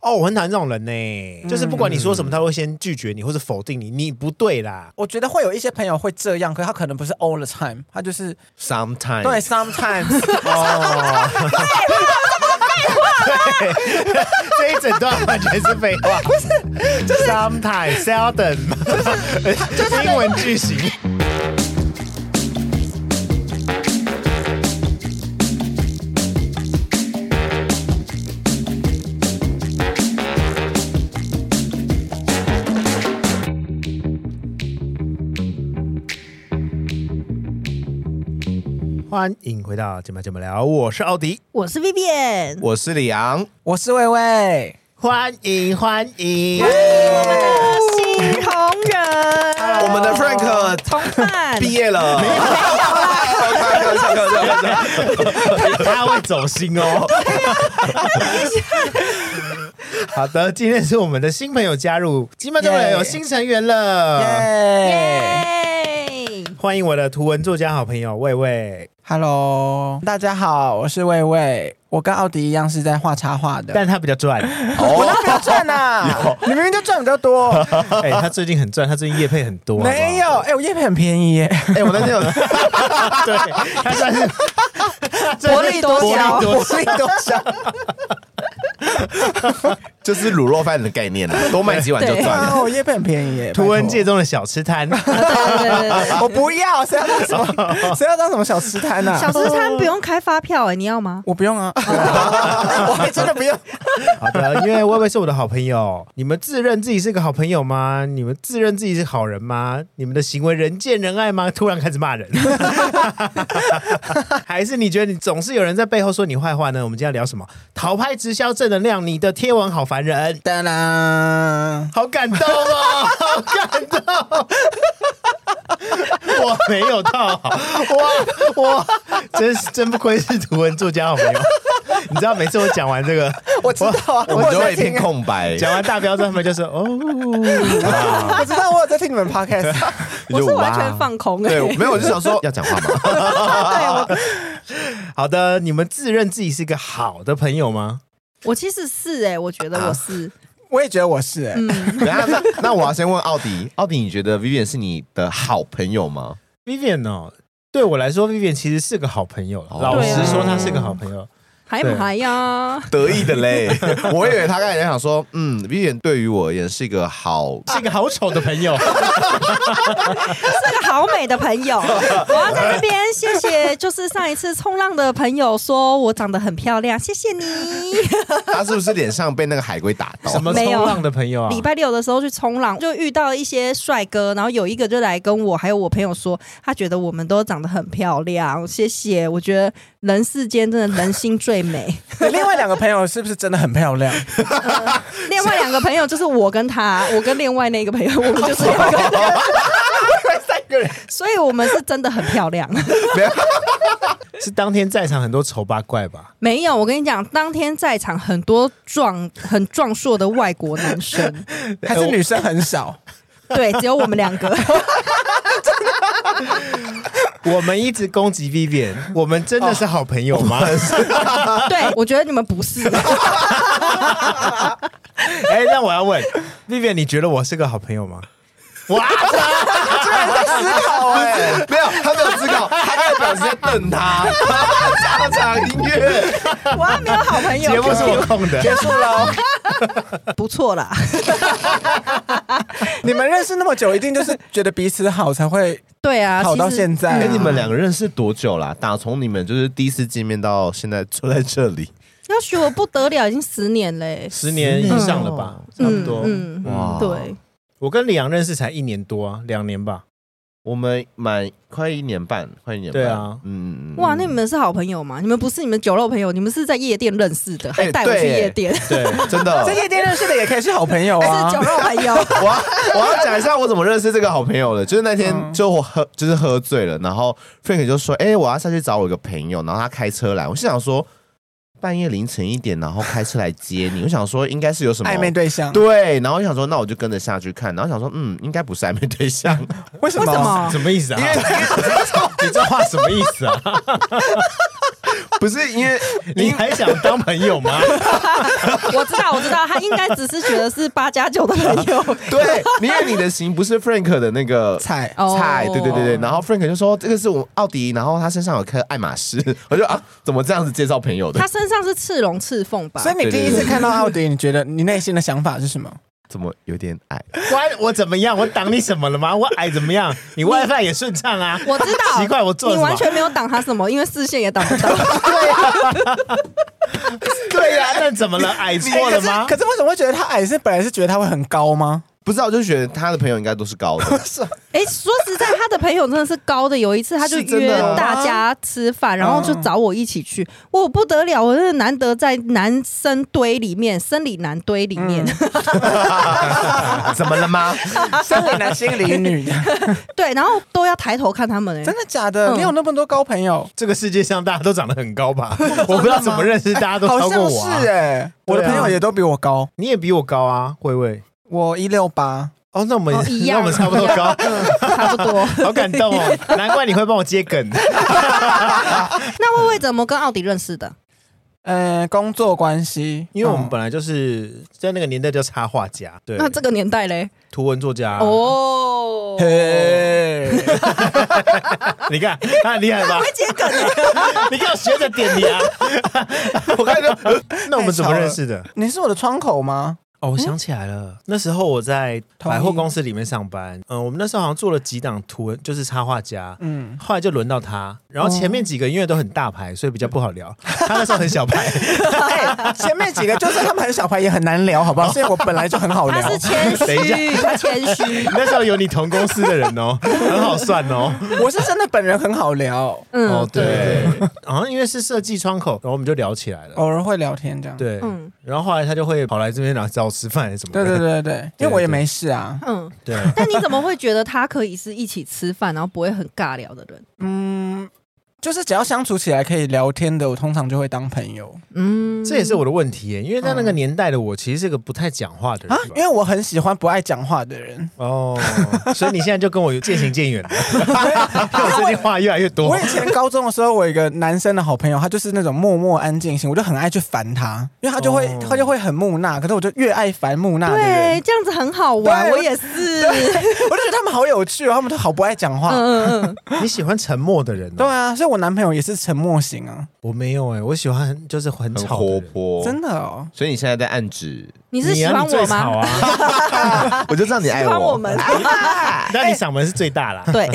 哦，我很讨厌这种人呢、就是不管你说什么，他会先拒绝你或者否定你，你不对啦。我觉得会有一些朋友会这样，可是他可能不是 all the time，他就是哎，sometimes 对 sometimes 这一整段完全是废话， 不是，就是 sometimes seldom，就是英文句型。欢迎回到节目，节目聊，我是奥迪，我是 Vivian，我是李昂，我是薇薇，欢迎欢迎。新同人，我们的 Frank 同伴，毕业了，没有啦，上课上课上课上课，他会走心哦。好的，今天是我们的新朋友加入，金门中人有新成员了耶耶！欢迎我的图文作家好朋友魏魏， ，Hello，大家好，我是薇薇，我跟奥迪一样是在画插画的，但他比较赚， 我哪有赚 啊？你明明就赚比较多，哎、他最近很赚，他最近业配很多，好不好没有，，哎，我叶片很便宜耶， 哎，我那天有对，他算 是薄利多 销薄利多销所以都 想， 就是卤肉饭的概念啦，多卖几碗就对赚了。啊，我叶片很便宜耶，图文拜托界中的小吃摊，对对对 对， 我不要，谁要当 什么？谁要当什么小吃摊呢、小吃摊不用开发票哎，你要 吗？我不用 啊， 我还真的不用。好的，因为薇薇是我的好朋友，你们自认自己是个好朋友吗？你们自认自己是好人吗？你们的行为人见人爱吗？突然开始骂人， 还是你觉得你总是有人在背后说你坏话呢？我们今天要聊什么？讨拍直销正能量，你的贴文好烦人，当然，好感动哦，好感动。我没有套好，哇哇，真是真不愧是图文作家好朋友。你知道每次我讲完这个， 我知道啊， 我有们就会在一片听啊，空白， 讲 完大标之后，他们就 说哦。我知道我有在听你们 podcast。你我就是完哇全放空哎，啊 对，没有，我就想说 要讲话嘛， 好的，你们自认自己是一个好的朋友吗？我其实是哎，我觉啊得我是，我也觉得我是、哎等一下那那我要先问奥迪，奥迪，你觉得 Vivian 是你的好朋友吗？ Vivian 哦，对我来说，Vivian 其实是个好朋友。哦老实说，对他啊是个好朋友。还不还啊呀？得意的嘞， 我以为他刚才想说，嗯，Vivian 对于我而言是一个好啊是一个好丑的 朋友，是个好美的朋 友，我要在这边谢谢，就是上一次冲浪的朋友说我长得很漂亮，谢谢你。他是不是脸上被那个海龟打到？什么冲浪的朋友啊？礼拜六的时候去冲浪，就遇到一些帅哥，然后有一个就来跟我还有我朋友说，他觉得我们都长得很漂亮，谢谢。我觉得人世间真的人心最 美。你另外两个朋友是不是真的很漂 亮？另外两个朋友就是我跟 他，我跟另外那个朋友，我们就是两个人，三个人，所以我们是真的很漂亮。是当天在场很多丑八怪 吧？没有，我跟你讲，当天在场很多壮很壮硕的外国男生，还是女生很少？对，只有我们两个。我们一直攻击 Vivian，我们真的是好朋友吗？哦对，我觉得你们不 是。哎，那我要问 Vivian，你觉得我是个好朋友吗？哇，好欸 哎、 没有，他没有思考，他代表是在瞪 他，下场音乐。我还没有好朋友。节目是我控的，结束喽！不错啦，你们认识那么久，一定就是觉得彼此好才会对啊，好到其实现在、哎、啊。你们两个认识多久啦、打从你们就是第一次见面到现在坐在这里，要学我不得了，已经十年嘞、十年以上了吧，差不多。嗯，嗯哇对，我跟李阳认识才一年多啊，两年吧。我们满快一年半，快一年半。对啊嗯哇，那你们是好朋友吗？你们不是你们酒肉朋友，你们是在夜店认识的，还带我去对耶夜店，对， 真的在。夜店认识的也可以是好朋友啊哎是酒。肉朋友。我要我要讲一下我怎么认识这个好朋友的，就是那天嗯就我喝就是喝醉了，然后 Frank 就说：“哎、我要下去找我一个朋友。”然后他开车来，我是想说半夜凌晨一点，然后开车来接你，我想说应该是有什么暧昧对象？对，然后我想说，那我就跟着下去看，然后想说，嗯，应该不是暧昧对象， 为什么？哦为什什么 么意思啊？你这话什么意思啊？不是因为啊你还想当朋友 吗？我知道，我知道，他应该只是觉得是八加九的朋友。 对，因为你的型不是 Frank 的那个菜哦菜，对对对对。然后 Frank 就说这个是我奥迪，然后他身上有颗爱马仕， 我就啊，怎么这样子介绍朋友的他？身上是赤龙赤凤吧？所以你第一次看到奥迪，你觉得你内心的想法是什么？怎么有点矮？关我怎么样？我挡你什么了吗？我矮怎么样？你 WiFi 也顺畅啊？我知道， 奇怪我做了你什么完全没有挡他什么，因为视线也挡不到。对呀、那怎么 了？矮错了吗哎 可是可？是为什么会觉得他矮？是本来是觉得他会很高吗？不知道，我就觉得他的朋友应该都是高的。 哎、说实在，他的朋友真的是高的。有一次，他就是真约的啊大家吃饭，然后就找我一起去。我不得了，我真的难得在男生堆里面，生理男堆里面，怎么了吗？ 生理男，心理女， 对，然后都要抬头看他们、欸。真的假的？嗯你有那么多高朋友？这个世界上大家都长得很高 吧？我不知道怎么认识，大家都超好过像我、啊是。哎，我的朋友也都比我高，你也比我高啊，慧慧。我一六八，哦，那我们、 哦一样那我们差不多 高， 差不多。好感动 哦！难怪你会帮我接梗。那魏魏怎么跟奥迪认识的？嗯，工作关系，因为我们嗯本来就是在那个年代叫插画家，对，那这个年代嘞？图文作家。哦，哦，嘿，你看他很厉害吧？接梗欸 你看我学着点你啊！ 我看呃到， 那我们怎么认识的？你是我的窗口吗？哦，我想起来了，那时候我在百货公司里面上班，嗯、我们那时候好像做了几档图文，就是插画家。嗯，后来就轮到他，然后前面几个因为都很大牌，所以比较不好聊。 他那时候很小牌，哎，前面几个就算他们很小牌也很难聊，好 不好？所以我本来就很好聊他。是谦等一虚，他谦虚。 那时候有你同公司的人 哦，很好算哦。我是真的本人很好聊，哦嗯，，对，好像因为是设计窗口，然后我们就聊起来了。偶尔会聊天这样。对，嗯然后后来他就会跑来这边来找我吃饭还是什么对的。对对对，因为我也没事啊。嗯。对但你怎么会觉得他可以是一起吃饭，然后不会很尬聊的人？嗯，就是只要相处起来可以聊天的，我通常就会当朋友嗯，这也是我的问题耶，因为在那个年代的我，其实是个不太讲话的人啊吧，因为我很喜欢不爱讲话的人。 哦，所以你现在就跟我渐行渐远了， 我最近话越来越多我。以前高中的时候，我有一个男生的好朋友，他就是那种默默安静型，我就很爱去烦他，因为他就会、哦他就会很木讷，可是我就越爱烦木讷的对，人，这样子很好玩，对我也是。嗯我就觉得他们好有趣哦，他们都好不爱讲话。嗯嗯，你喜欢沉默的人、对哦？啊，所以我男朋友也是沉默型啊，我没有哎、我喜欢就是很很吵的活人。泼，真的哦。所以你现在在暗指，你是喜啊欢最我吵吗？啊，我就知道你爱喜欢我们。 但你嗓门是最大 啦。对，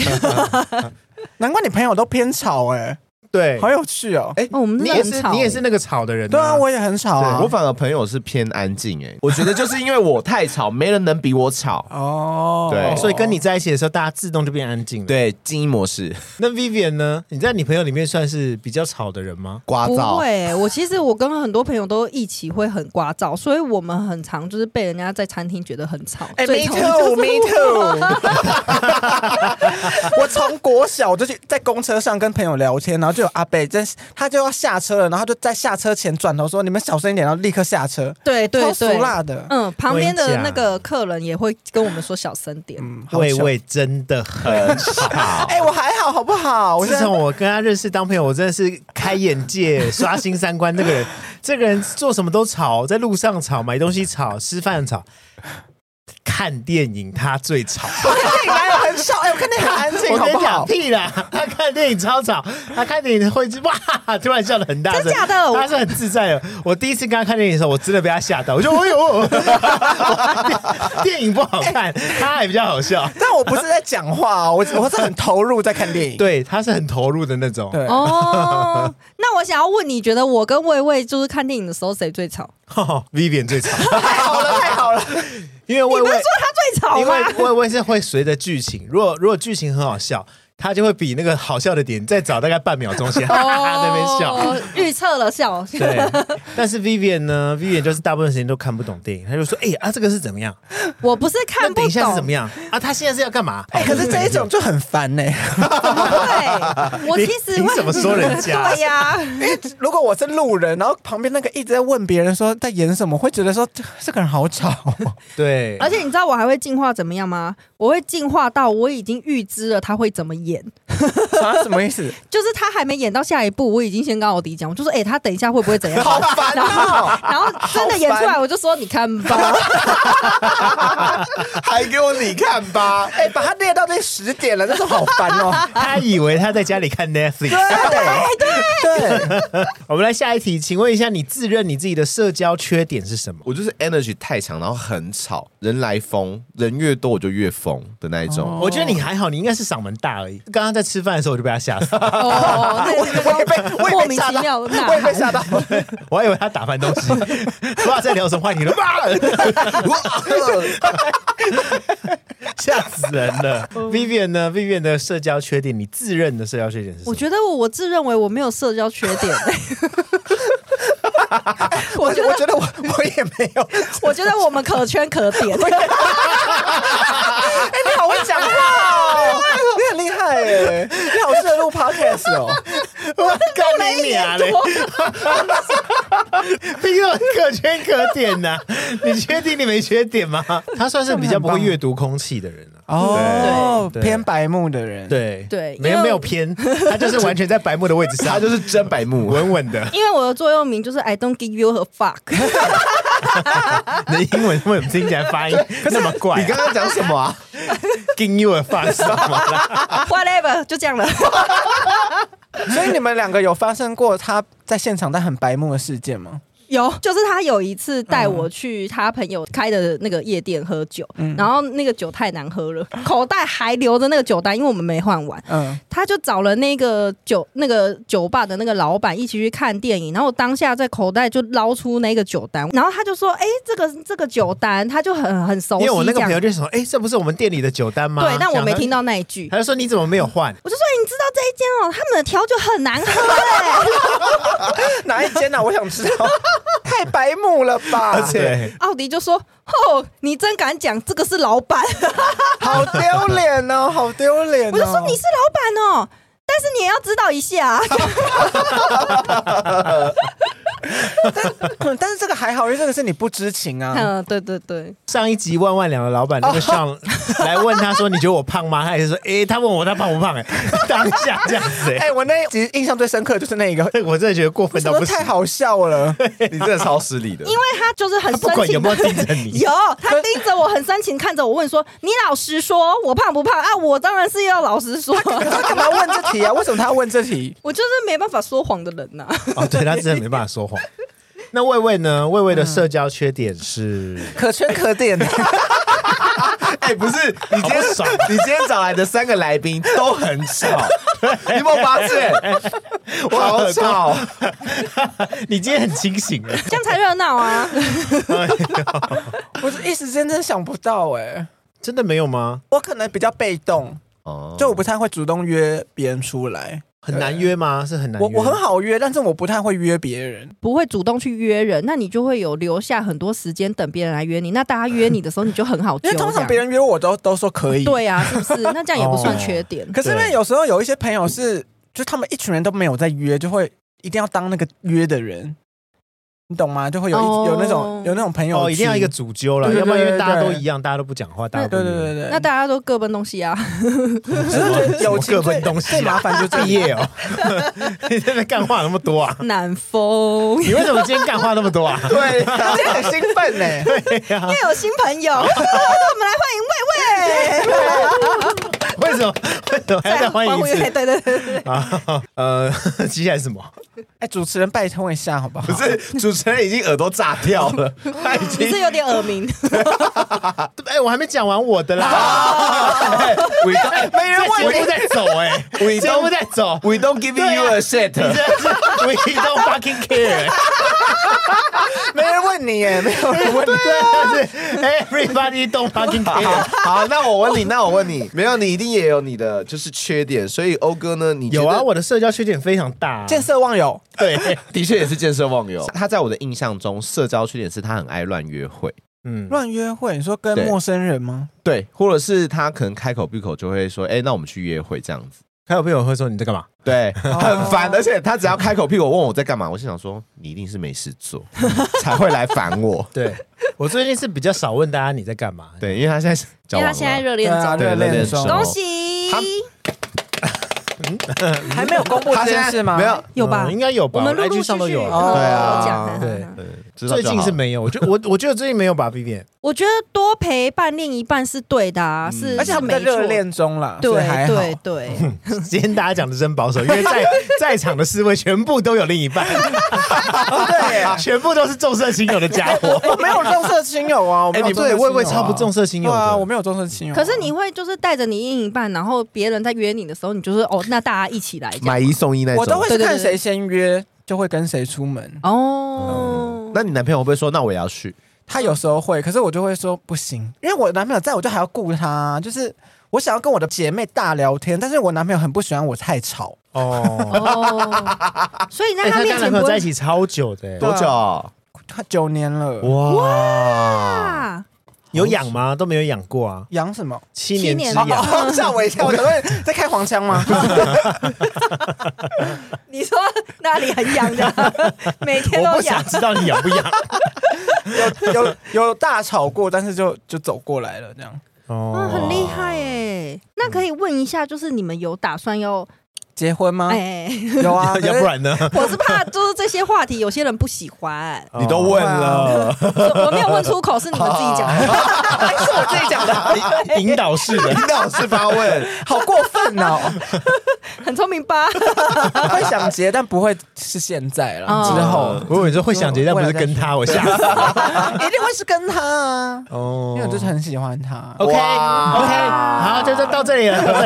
难怪你朋友都偏吵哎、对，好有趣哦。哎哦我们你真的也很是吵你也是那个吵的人、对啊，我也很吵啊。对我反而朋友是偏安静哎、我觉得就是因为我太吵，没人能比我吵。哦，对所以跟你在一起的时候，大家自动就变安静了。，对，静音模式，那 Vivian 呢？你在你朋友里面算是比较吵的人吗？刮不噪。会。我其实我跟很多朋友都一起会很聒噪，所以我们很常就是被人家在餐厅觉得很吵。哎、最 m 常 e too，me too。我从国小就去在公车上跟朋友聊天，然后就有阿贝，真是他就要下车了，然后他就在下车前转头说：“你们小声一点。”然后立刻下车， 对对超俗对，辣的。嗯，旁边我跟的你讲那个客人也会跟我们说小声点。嗯，好魏糗。魏真的很吵。哎、我还好，好不好？我自现在从我跟他认识当朋友，我真的是开眼 界、刷新三观。这个人，这个人做什么都吵，在路上吵，买东西吵，吃饭吵，看电影他最吵。 电影还有很吵，哎、我看电影很安静，我好跟不你讲 好？屁啦！他看电影超吵，他看电影会哇，突然笑得很大声，真假的他是很自在的。我第一次跟他看电影的时候，我真的被他吓到，我就哎呦， 电影不好看，他还比较好笑。但我不是在讲话、哦，我我是很投入在看电影。对，他是很投入的那种。对，哦，那我想要问，你觉得我跟魏魏就是看电影的时候谁最吵？ Vivian 最吵，太好了，太好了。 因为魏魏。他最啊吵因吗为？ 我我也是会随着剧情，如果如果剧情很好笑，他就会比那个好笑的点再早大概半秒钟哦先哈哈 哈在那边笑。 哦，预测了笑。对，但是 Vivian 呢？Vivian 就是大部分时间都看不懂电影，他就说：“哎、啊，这个是怎么样？我不是看那不等一下是怎么懂，样啊？他现在是要干嘛？”哦哎、可是这一种就很 烦呢、对，我你其实凭会什么说人家 对呀，如果我是路人，然后旁边那个一直在问别人说在演什么，会觉得说这这个人好吵哦。对， 而且你知道我还会进化怎么样吗？我会进化到我已经预知了他会怎么演，啊什么意思？就是他还没演到下一步，我已经先跟奥迪讲，我就说，哎、他等一下会不会怎 样？好烦然后哦！然后真的演出来，我就说你看吧， 还给我你看吧。 哎，把它列到这十点了，真是好烦哦。 哎他以为他在家里看 Netflix。对对对，我们来下一题，请问一下，你自认你自己的社交缺点是什么？我就是 energy 太强，然后很吵，人来疯，人越多我就越疯的那一种。我觉得你还好，你应该是嗓门大而已。刚刚在吃饭的时候我就被他吓死，哦，那我我也被我莫也被名吓其到，妙的呐 我也被吓到。 我还以为他打翻东西， 不知道在聊什么话题了， 哇吓死人了。Vivian 哦呢？Vivian 的社交缺点，你自认的社交缺点是什我么？觉得我我自认为我没有社交缺点、 我我觉得我 我也没有，我觉得我们可圈可点。哎，你好会讲话哦， 你很厉害哎，你好适合录 podcast 哦。我干你娘嘞！凭什么可圈可点呐、你确定你没缺点吗？他算是比较不会阅读空气的人啊。哦，对偏白目的人，对对没因有为没有偏，他就是完全在白目的位置 上，他就是真白目，稳稳的。 因为我的座右铭就是 I don't give you a fuck， 你的英文为什么听起来发音那么怪、你刚啊？刚讲什么 啊？跟 you a fuck 是什么啦？ whatever，就这样了。所以你们两个有发生过他在现场但很白目的事件吗？有，就是他有一次带我去他朋友开的那个夜店喝酒，嗯然后那个酒太难喝了， 口袋还留着那个酒单，因为我们没换完。嗯，他就找了那个酒那个酒吧的那个老板一起去看电影，然后我当下在口袋就捞出那个酒单，然后他就说：“哎、这个这个酒单，他就很很熟因为悉。”这我样。那个朋友就说：“哎、这不是我们店里的酒单吗？”对，但我没听到。到那一句。他就说：“你怎么没有换我就说：“哎你知道这一间哦，他们的调酒很难喝哎、哪一间呢、啊？我想知道， 太白目了吧？ 而且奥迪就说：“哦，你真敢讲，这个是老板。好丢脸哦，好丢脸、哦！”我就说：“你是老板哦，但是你也要知道一啊 下。你， 但是这个还好，因为这个是你不知情”啊。 嗯，对对对，上一集万万两的老板那个 上来问他说：‘你觉得我胖吗？’他也是说：‘哎、他问我他胖不胖、 哎，当下这样子、哎、哎，我那其实印象最深刻的就是那一个，这个我真的觉得过分真到不的行太。好笑了。你真的超失礼的。因为他就是很他不深管有没情有的。盯 着你，有，他盯着我很深情看着我问说：“你老实说，我胖不胖啊？”我当然是要老实说，他干嘛问这题啊？为什么他要问这题？ 我就是没办法说谎的人呐、哦，对他真的没办法说 谎。那魏魏呢？魏嗯魏的社交缺点是 可圈可点的，哎、不是，你今天好不爽你今天找来的三个来宾都很 吵，你有没有发现？我好 吵，你今天很清醒了，哎这样才热闹啊！我是一时间真的想不到哎、真的没有吗？我可能比较被动，哦就我不太会主动约别人出来。很难约吗？是很难约我我很好约，但是我不太会约别人。 不会主动去约人，那你就会有留下很多时间等别人来约你。那大家约你的时候，你就很好揪因为这样。哦通常别人约我都都说可以，对啊，是不是？那这样也不算缺点。可是因为对有时候有一些朋友是，就他们一群人都没有在约，就会一定要当那个约的人，你懂吗？就会有一、哦有那种有那种朋友哦，一定要群一个主揪了，对对要不然因为大家对都对一样，大家都不讲话，大家对都对对对，那大家都各奔东西啊！只是觉得友情各奔最东西啊最麻烦就这毕样。业哦， 你在那边干话那么多啊？南风，你为什么今天干话那么多啊？对，而且很兴奋呢、因啊为有新 朋友，我们来欢迎魏魏。 为什么为什么还要再欢迎一欢迎次哎对对对对，啊？ 呃，接下来是什么？哎，主持人拜托一下好不好？不是主持人已经耳朵炸掉 了，他已你经是有点耳鸣。哎，我还没讲完我的啦，哦 哎 we don't 没人节问目你，在走哎， We 节目在 走， we don't give you a shit，、你真的是 we don't fucking care。没人问你耶，没有人问你。对啊，是 everybody don't fucking care。好，那我问你，那我问你，没有，你一定也有你的就是缺点，所以欧哥呢，你觉 得有啊，我的社交缺点非常大、啊见色忘友，对，的确也是见色忘友。他在我的印象中，社交缺点是他很爱乱约会，嗯，乱约会，你说跟对陌生人吗？对，或者是他可能开口闭口就会说，哎、那我们去约会这样 子。还有朋友会说你在干嘛？对，哦很烦，而且他只要开口闭口问我在干嘛，我心想说你一定是没事做才会来烦我。 对我最近是比较少问大家你在干嘛。对，因为他现在是交因为往他现在了，热恋对啊中，对热恋热恋中中恭喜他还没有公布这他现件事在吗？没有，有吧嗯应？该有吧？我们陆 IG 陆续上续都有啊。哦都对啊有讲对嗯对，知道最就近好是没有，我觉得我我觉得最近没有吧，B B。我觉得多陪伴另一半是对的啊，嗯是而且他们在是没错热恋中啦，所以对还好。 对对， 今天大家讲的真保守，因为在 在场的四位全部都有另一半，对耶，全部都是重色轻友的家伙。我没有重色轻 友啊，我没有重色对，轻友啊我哎也会超不重色轻友对啊，我的。没有重色轻友啊。可是你会就是带着你另一半，然后别人在约你的时候，你就是哦，那大家一起来这样买一送一那种。我都会对是对对看谁先约，就会跟谁出门。哦。那你男朋友会不会说，那我也要去？他有时候会，可是我就会说不行，因为我男朋友在我就还要顾他，就是我想要跟我的姐妹大聊天，但是我男朋友很不喜欢我太吵，哦，哦，所以你在哎，他他面跟前男不朋友会在一起超久的对欸，多啊久？快九年哦了，哇！啊，有养吗？都没有养过啊，养什么？七年年之是哦痒。哦吓我 一跳！我想问在开黄腔吗？你说那里很痒的，每天我都不痒想，知道你养不养。有有有大吵过，但是就就走过来了这样。哇，哦，很厉害哎。那可以问一下，就是你们有打算要结婚吗？哎？ 有啊， 可要是不然呢？我是怕就是这些话题有些人不喜欢，你都问啊 了，我没有问出口，是你们自己讲的。 是我自己讲的，引导式 的。领导是发问，好过分哦！很聪明吧？会想结，但不会是现在了，哦之后我以为你说会想结，但不是跟他，我吓死。一定会是跟他啊，哦因为我就是很喜欢他。 OK 哇 OK，好，就就到这里了，到这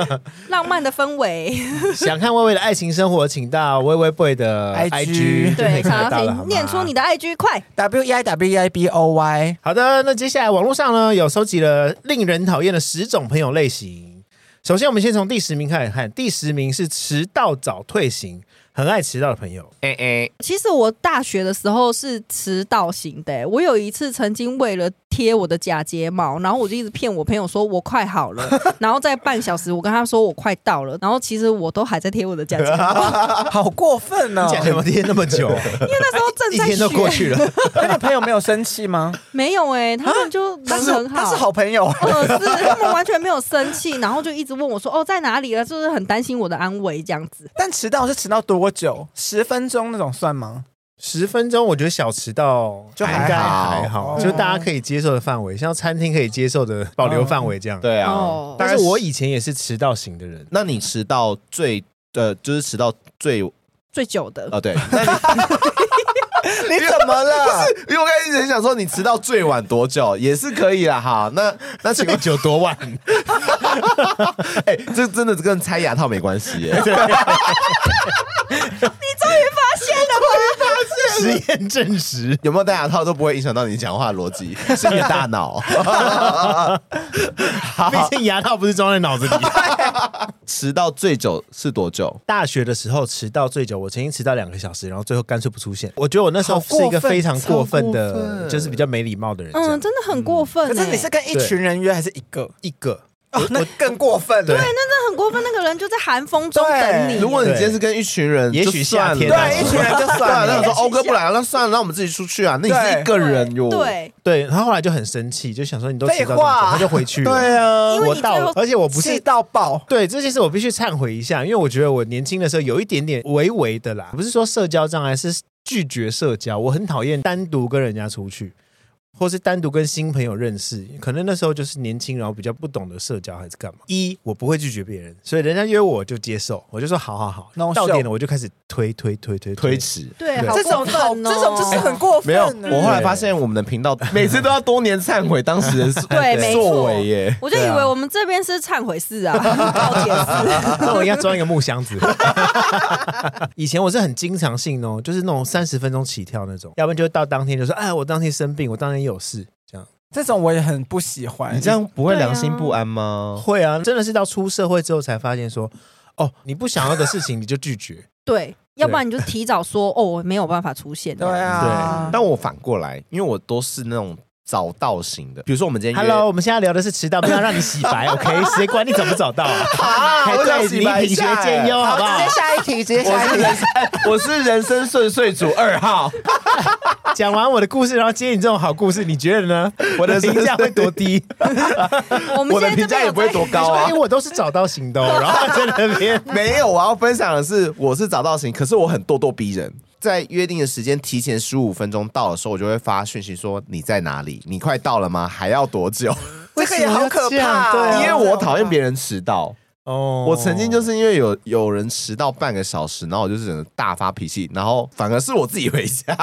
里了。浪漫的氛围，想看薇薇的爱情生活，请到薇薇 boy 的 IG IG 就可对，以看想得到了。要请好吗念出你的 IG，快！ W E I W E I B O Y，好的，那接下来网络上呢有收集了令人讨厌的十种朋友类型。首先，我们先从第十名开始看，第十名是迟到早退型，很爱迟到的朋友。哦哎哎，其实我大学的时候是迟到型的、欸我有一次曾经为了贴我的假睫毛，然后我就一直骗我朋友说我快好了， 然后在半小时我跟他说我快到了，然后其实我都还在贴我的假睫 毛，好过分哦！假睫毛贴那么 久，因为那时候正一在天都过学。去了。那你朋友没有生气 吗？ 没有哎、他们就啊他人是很他是好朋友，呃，是他们完全没有生气，然后就一直问我说：“哦，在哪里了？”就是很担心我的安危这样子。但迟到是迟到多久？十分钟那种算吗？十分钟，我觉得小迟到就还应该好还好，哦就大家可以接受的范围，像餐厅可以接受的保留范围这样。对啊，哦，但是我以前也是迟到型的人，那你迟到最呃，就是迟到最最久的，呃哦，对， 那你你 怎么了？因为我刚才一直很想说，你迟到最晚多久也是可以啦。哈。那那请最问，久多晚？ 哎、这真的跟拆牙套没关系耶。 实验证 实，有没有戴牙套都不会影响到你讲话的逻辑，是你的大脑。 毕竟牙套不是装在脑子里。迟到最久是多久？大学的时候迟到最久，我曾经迟到两个小时，然后最后干脆不出现。我觉得我那时候好过是分一个非常过分的，超过分就是比较没礼貌的人。这嗯，样真的很过分、欸。可是你是跟一群人约还是一个？一个，哦，那更过分了。哎那很过分，那个人就在寒风中等你。如果你今天是跟一群人，也就许算夏天了对，一群人就 对啊，算那了我。说欧哥不来，那算了，那我们自己出去啊。那你是一个人哟。对，对，然后后来就很生气，就想说你都迟到这废么久，话他就回去 了。对啊因，为我你到最了呃后，而且我不气是。到爆，对这件事，我必须忏悔一下，因为我觉得我年轻的时候有一点点微微的啦，不是说社交障碍，是拒绝社交。我很讨厌单独跟人家出去，或是单独跟新朋友认识。可能那时候就是年轻，然后比较不懂得社交还是干嘛。一，我不会拒绝别人，所以人家约我就接受，我就说好好好。 No 到点 show 了我就开始推推推推推迟。对，对好这种过分好，哦，这种就是很过分。没有，我后来发现我们的频 道每次都要多年忏悔当时 的对没错作为耶。我就以为我们这边是忏悔室啊，告解室。那我应该装一个木箱子。 以前我是很经常性哦，就是那种三十分钟起跳那种，要不然就到当天就说，哎，我当天生病，我当天有事，这样这种我也很不喜欢。你这样不会对啊良心不安吗？会啊，真的是到出社会之后才发现说，哦，你不想要的事情你就拒 绝，对，要不然你就提早说哦，我没有办法出现。对啊，但我反过来，因为我都是那种早到型的，比如说我们今天约 Hello，我们现在聊的是迟到，不要让你洗 白，OK？谁管你怎么找到啊？啊还我想对洗你白一品学下兼欸优，哦好不好？下一题，直接 我是人生，我是人生顺遂组二号，讲完我的故事，然后接你这种好故事，你觉得呢？ 我的评价会 多低？我们我现在的这评价边也有不会在多高说啊哎，。我都是找到型的哦，然后在那边没有，我要分享的是，我是找到型，可是我很咄咄逼人。在约定的时间提前十五分钟到的时候，我就会发讯息说你在哪里？你快到了吗？还要多久？这个也好可为什么要怕这样哦、对啊因为我讨厌别人迟到。 哦我曾经就是因为有有人迟到半个小时，然后我就是整个大发脾气，然后反而是我自己回家，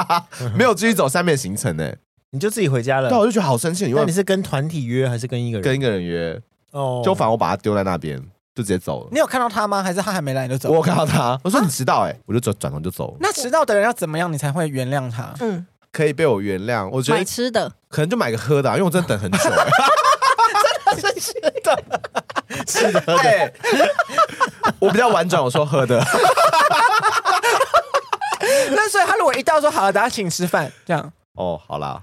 没有继续走下面的行程呢、你就自己回家了但。我就觉得好生气，因那你为是跟团体约还是跟一个人？跟一个人约，哦就反而我把他丢在那边，就直接走了。你有看到他吗？还是他还没来你就走？我有看到他，我说你迟到哎、我就转转头就走了。那迟到的人要怎么样你才会原谅他？嗯，可以被我原谅，我觉买得吃的，可能就买个喝的啊、因为我真的等很久、欸。真的是 的，是的，哎， 我比较婉转，我说喝的， 那所以他如果一到说好了，大家请吃饭，这样哦，好 啦，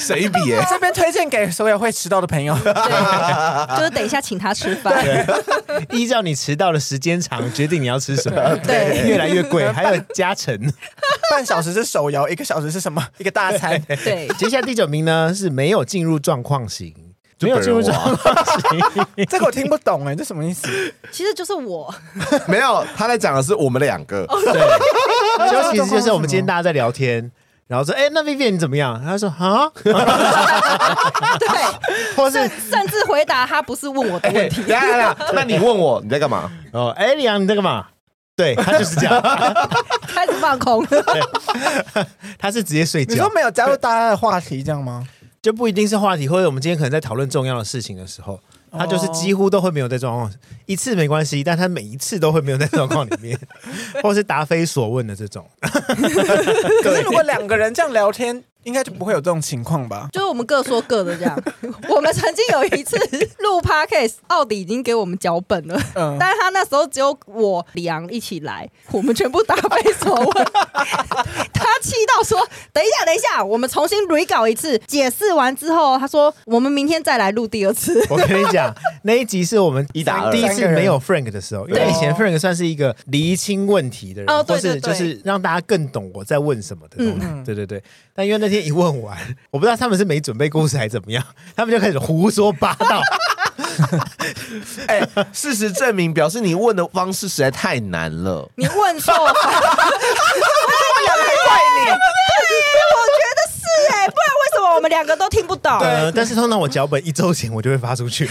省一笔耶、这边推荐给所有会迟到的 朋友。对，就是等一下请他吃饭， 依照你迟到的时间长决定你要吃什 么，对越来越 贵，还有加成。半小时是手摇，一个小时是什么？一个大餐。对，接下来第九名呢是没有进入状况型，就没有进入本人状我啊况 型，这个我听不懂哎、这什么意思？其实就是我， 没有，他在讲的是我们两个，对，就其实就是我们今 天大家在聊天。然后说，哎、那 Vivian 你怎么样？他说，啊，对，或是甚甚至回答他不是问我的问题哎等，一下等一下，那你问我你在干 嘛？哦，哎、李阳你在干嘛？对他就是这 样，开始放空，他是直接睡你说觉，没有加入大家的话题这样吗？就不一定是话题，或者我们今天可能在讨论重要的事情的时候，他就是哦几乎都会没有在状况，一次没关系，但他每一次都会没有在状况里 面，或是答非所问的这种。可是如果两个人这样聊天，应该就不会有这种情况吧？就是我们各说各的这 样。我们曾经有一次录 podcast，奥迪已经给我们脚本了，嗯，但是他那时候只有我、李昂一起来，我们全部答非所 问。他气到说：“等一下，等一下，我们重新 re 搞一次。”解释完之后，他说：“我们明天再来录第二次。我跟你讲，那一集是我们一打二第一次没有 Frank 的时候，因为以前 Frank 算是一个厘清问题的人，哦对对或对是就是让大家更懂我在问什么的东西。嗯 对对对，但因为那天一问完，我不知道他们是没准备故事还是怎么样，他们就开始胡说八道。哎、事实证明，表示你问的方式实在太难了”。你问 错了，我觉得是哎、不然为什么我们两个都听不懂？呃，但是通常我脚本一周前我就会发出去，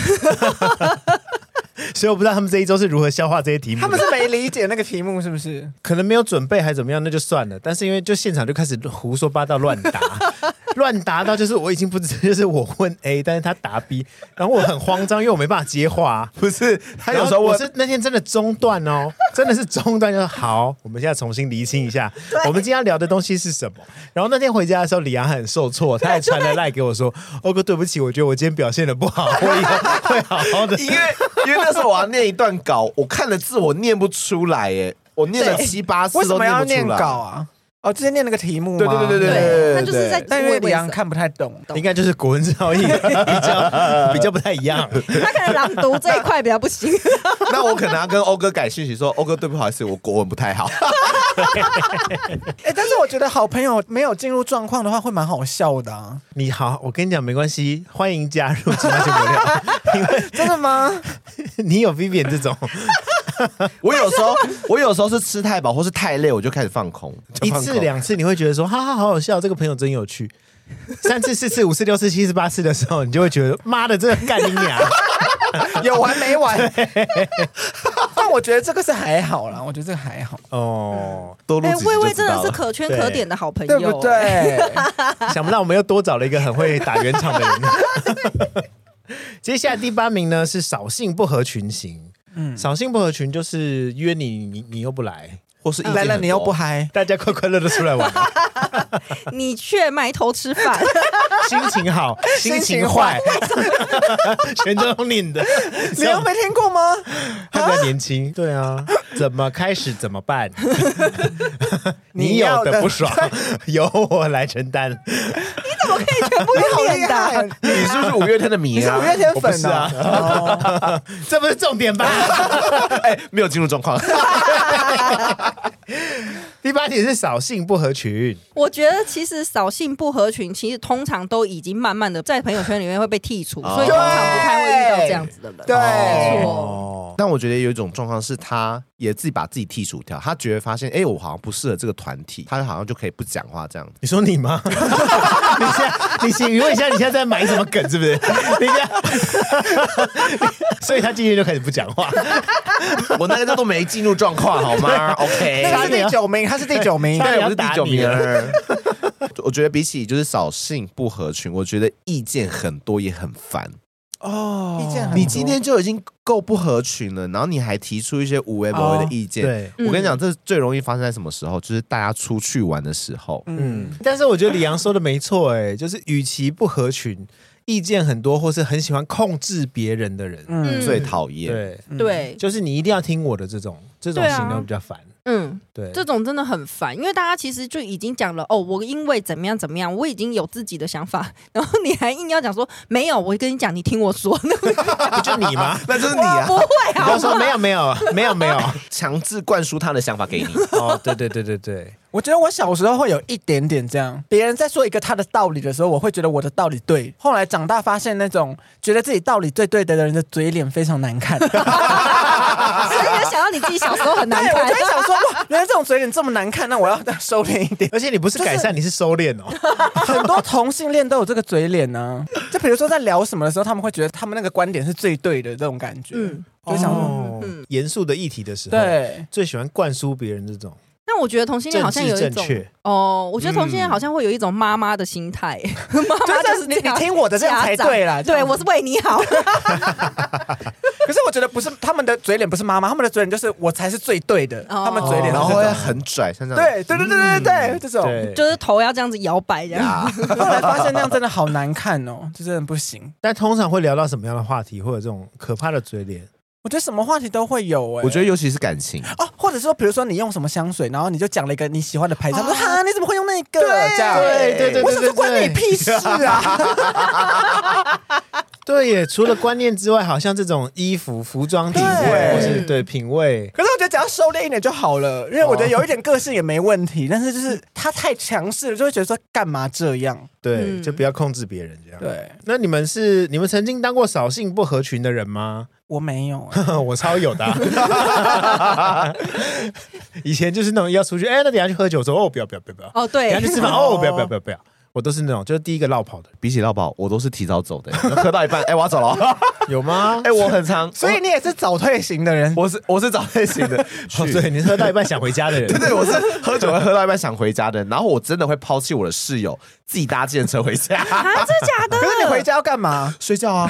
所以我不知道他们这一周是如何消化这些题目的。他们是没理解那个题目是不 是？可能没有准备还怎么样，那就算了。但是因为就现场就开始胡说八道、乱 答，乱答到就是我已经不知， 就是我问 A，但是他答 B，然后我很慌张，因为我没办法接话啊、不是，他有然时后候我问是那天真的中断哦，真的是中断，就是好，我们现在重新厘清一下，我们今天要聊的东西是什么。然后那天回家的时候，李阳很受挫，他还传了赖给我说：“欧哥，对不起，我觉得我今天表现的不好，我以后会好好 的。因为因为那时候我要念一段稿，我看了字我念不出来耶，我念了对七八次为什都么要不出来。念稿啊？哦，之前念那个题目吗？对对对对对对，他就是在但因为李阳看不太懂，”应该就是国文造诣比较比较不太一样。他可能朗读这一块比较不行。 那我可能要跟欧哥改讯息说，欧哥对不好意思，我国文不太好。 哎、但是我觉得好朋友没有进入状况的话，会蛮好笑的、啊，你好，我跟你讲没关系，欢迎加入其他节目聊。 真的吗？你有 Vivian 这种，我有时候我有时候是吃太饱或是太累，我就开始放空，就一放空次两次你会觉得说哈哈好好笑，这个朋友真有趣。三次、四次、五次、六次、七次、八次的时候，你就会觉得妈的，这个干你娘！ 有完没完？但我觉得这个是还好啦，我觉得这个还好， 哦，多录哎、几集魏魏就知真的道是了可圈可点的好朋友、啊对不对？想不到我们又多找了一个很会打圆场的人。 接下来第八名呢是扫兴不合群型。嗯，扫兴不合群就是约你，你你又不来，或是意见来了很你又多不嗨，大家快快乐乐出来玩，你却埋头 吃饭，心情好， 心情坏， 全都用你 的。你又没听过吗？他比较年轻，对啊，怎么开始怎么 办？你你要有的的不爽， 由我来承担。怎么可以全部用好厉念的？害！ 你是不是五月天的迷你是啊？五月天粉啊啊？哦这 不是重点吧？ 哎，没有进入状况。第八点是扫兴不合群，我觉得其实扫兴不合群，其实通常都已经慢慢的在朋友圈里面会被剔除，哦所以通常不太会遇到这样子的人。哦对没错哦，但我觉得有一种状况是，他也自己把自己剔除掉，他觉得发现，哎、我好像不适合这个团体，他好像就可以不讲话这样。你说你吗？ 你现在，你请问一下，你现在在埋什么梗？是不是？你这 样， 所以他今天就开始不讲话。 我那个叫做没进入状况，好吗 那？OK，个是第九名，他是第九名差。点对，我要是第打九你名了。 我觉得比起就是扫兴不合群，我觉得意见很多也很烦。哦意见很多你今天就已经够不合群了，然后你还提出一些无为不为的意见。对，嗯我跟你讲，这最容易发生在什么时候？就是大家出去玩的时候。嗯，但是我觉得李阳说的没错，哎，就是与其不合群，意见很多或是很喜欢控制别人的人，嗯最讨厌。对，嗯，对，就是你一定要听我的这种，这种对啊行动比较烦。嗯，对，啊这种真的很烦，因为大家其实就已经讲了哦，我因为怎么样怎么样，我已经有自己的想法，然后你还硬要讲说没有，我跟你讲，你听我说，那不就你 吗？ 那就是你啊不！会你不要好 说吗？没有没有 没有没有。强制灌输他的想法 给你，哦，对对对对对，我觉得我小时候会有一点点这样，别人在说一个他的道理的时候，我会觉得我的道理对。后来长大发现，那种觉得自己道理最对的人的嘴脸非常难 看。所以就想到你自己小时候很难哎对，我看就，会想说，哇，原来这种嘴脸这么难看，那我要收敛一 点。而且你不是改善，你是收敛哦。很多同性恋都有这个嘴脸呢、就比如说在聊什么的时候，他们会觉得他们那个观点是最对的这种感觉。嗯。就想说，嗯哦严肃的议题的时候，，对， 最喜欢灌输别人这种那我觉得同性恋好政像有治一正种确。哦，我觉得同性恋好像会有一种妈妈的心 态，妈妈就是是你这样你听我的这样才家长对啦这对样子我是为你好，可是我觉得不是他们的嘴脸不是妈妈，他们的嘴脸就是我才是最对的，哦他们嘴脸然是后这会种。很拽，像这样。对对对对对对，这种。嗯对， 就是头要这样子摇摆这样。呀， 后来发现那样真的好难看哦，就真的不行。但通常会聊到什么样的话题，或者这种可怕的嘴脸？我觉得什么话题都会有哎、我觉得尤其是感 情，哦，或者说比如说你用什么香水，然后你就讲了一个你喜欢的牌子，他们说啊哈你怎么会用那个？这样对对对我想对对说关你屁事 啊！对耶，除了观念之外，好像这种衣服、服装品味，对或是对品味，可是我觉得只要收敛一点就好了，因为我觉得有一点个性也没问题，但是就是他太强势了，就会觉得说干嘛这样？对，嗯就不要控制别人这样。对那你们是你们曾经当过扫兴不合群的人吗？我没有、 哎我超有的啊、 以前就是那种要出去，哎，那等一下去喝酒，说哦不要不要不要不要，哦，对等一下，去吃饭，哦不要不要不要不要，我都是那种就是第一个落跑的，比起老鸨，我都是提早走的，喝到一半，哎， 我要走了。有吗？哎，我很常，所以你也是早退型的 人。我是我 是早类型的，哦，去 对，你是喝到一半想回家的人，对对，我是喝酒会喝到一半想回家的，然后我真的会抛弃我的室友，自己搭计程车回家 啊，真的假的？可是你回家要干嘛？睡觉啊，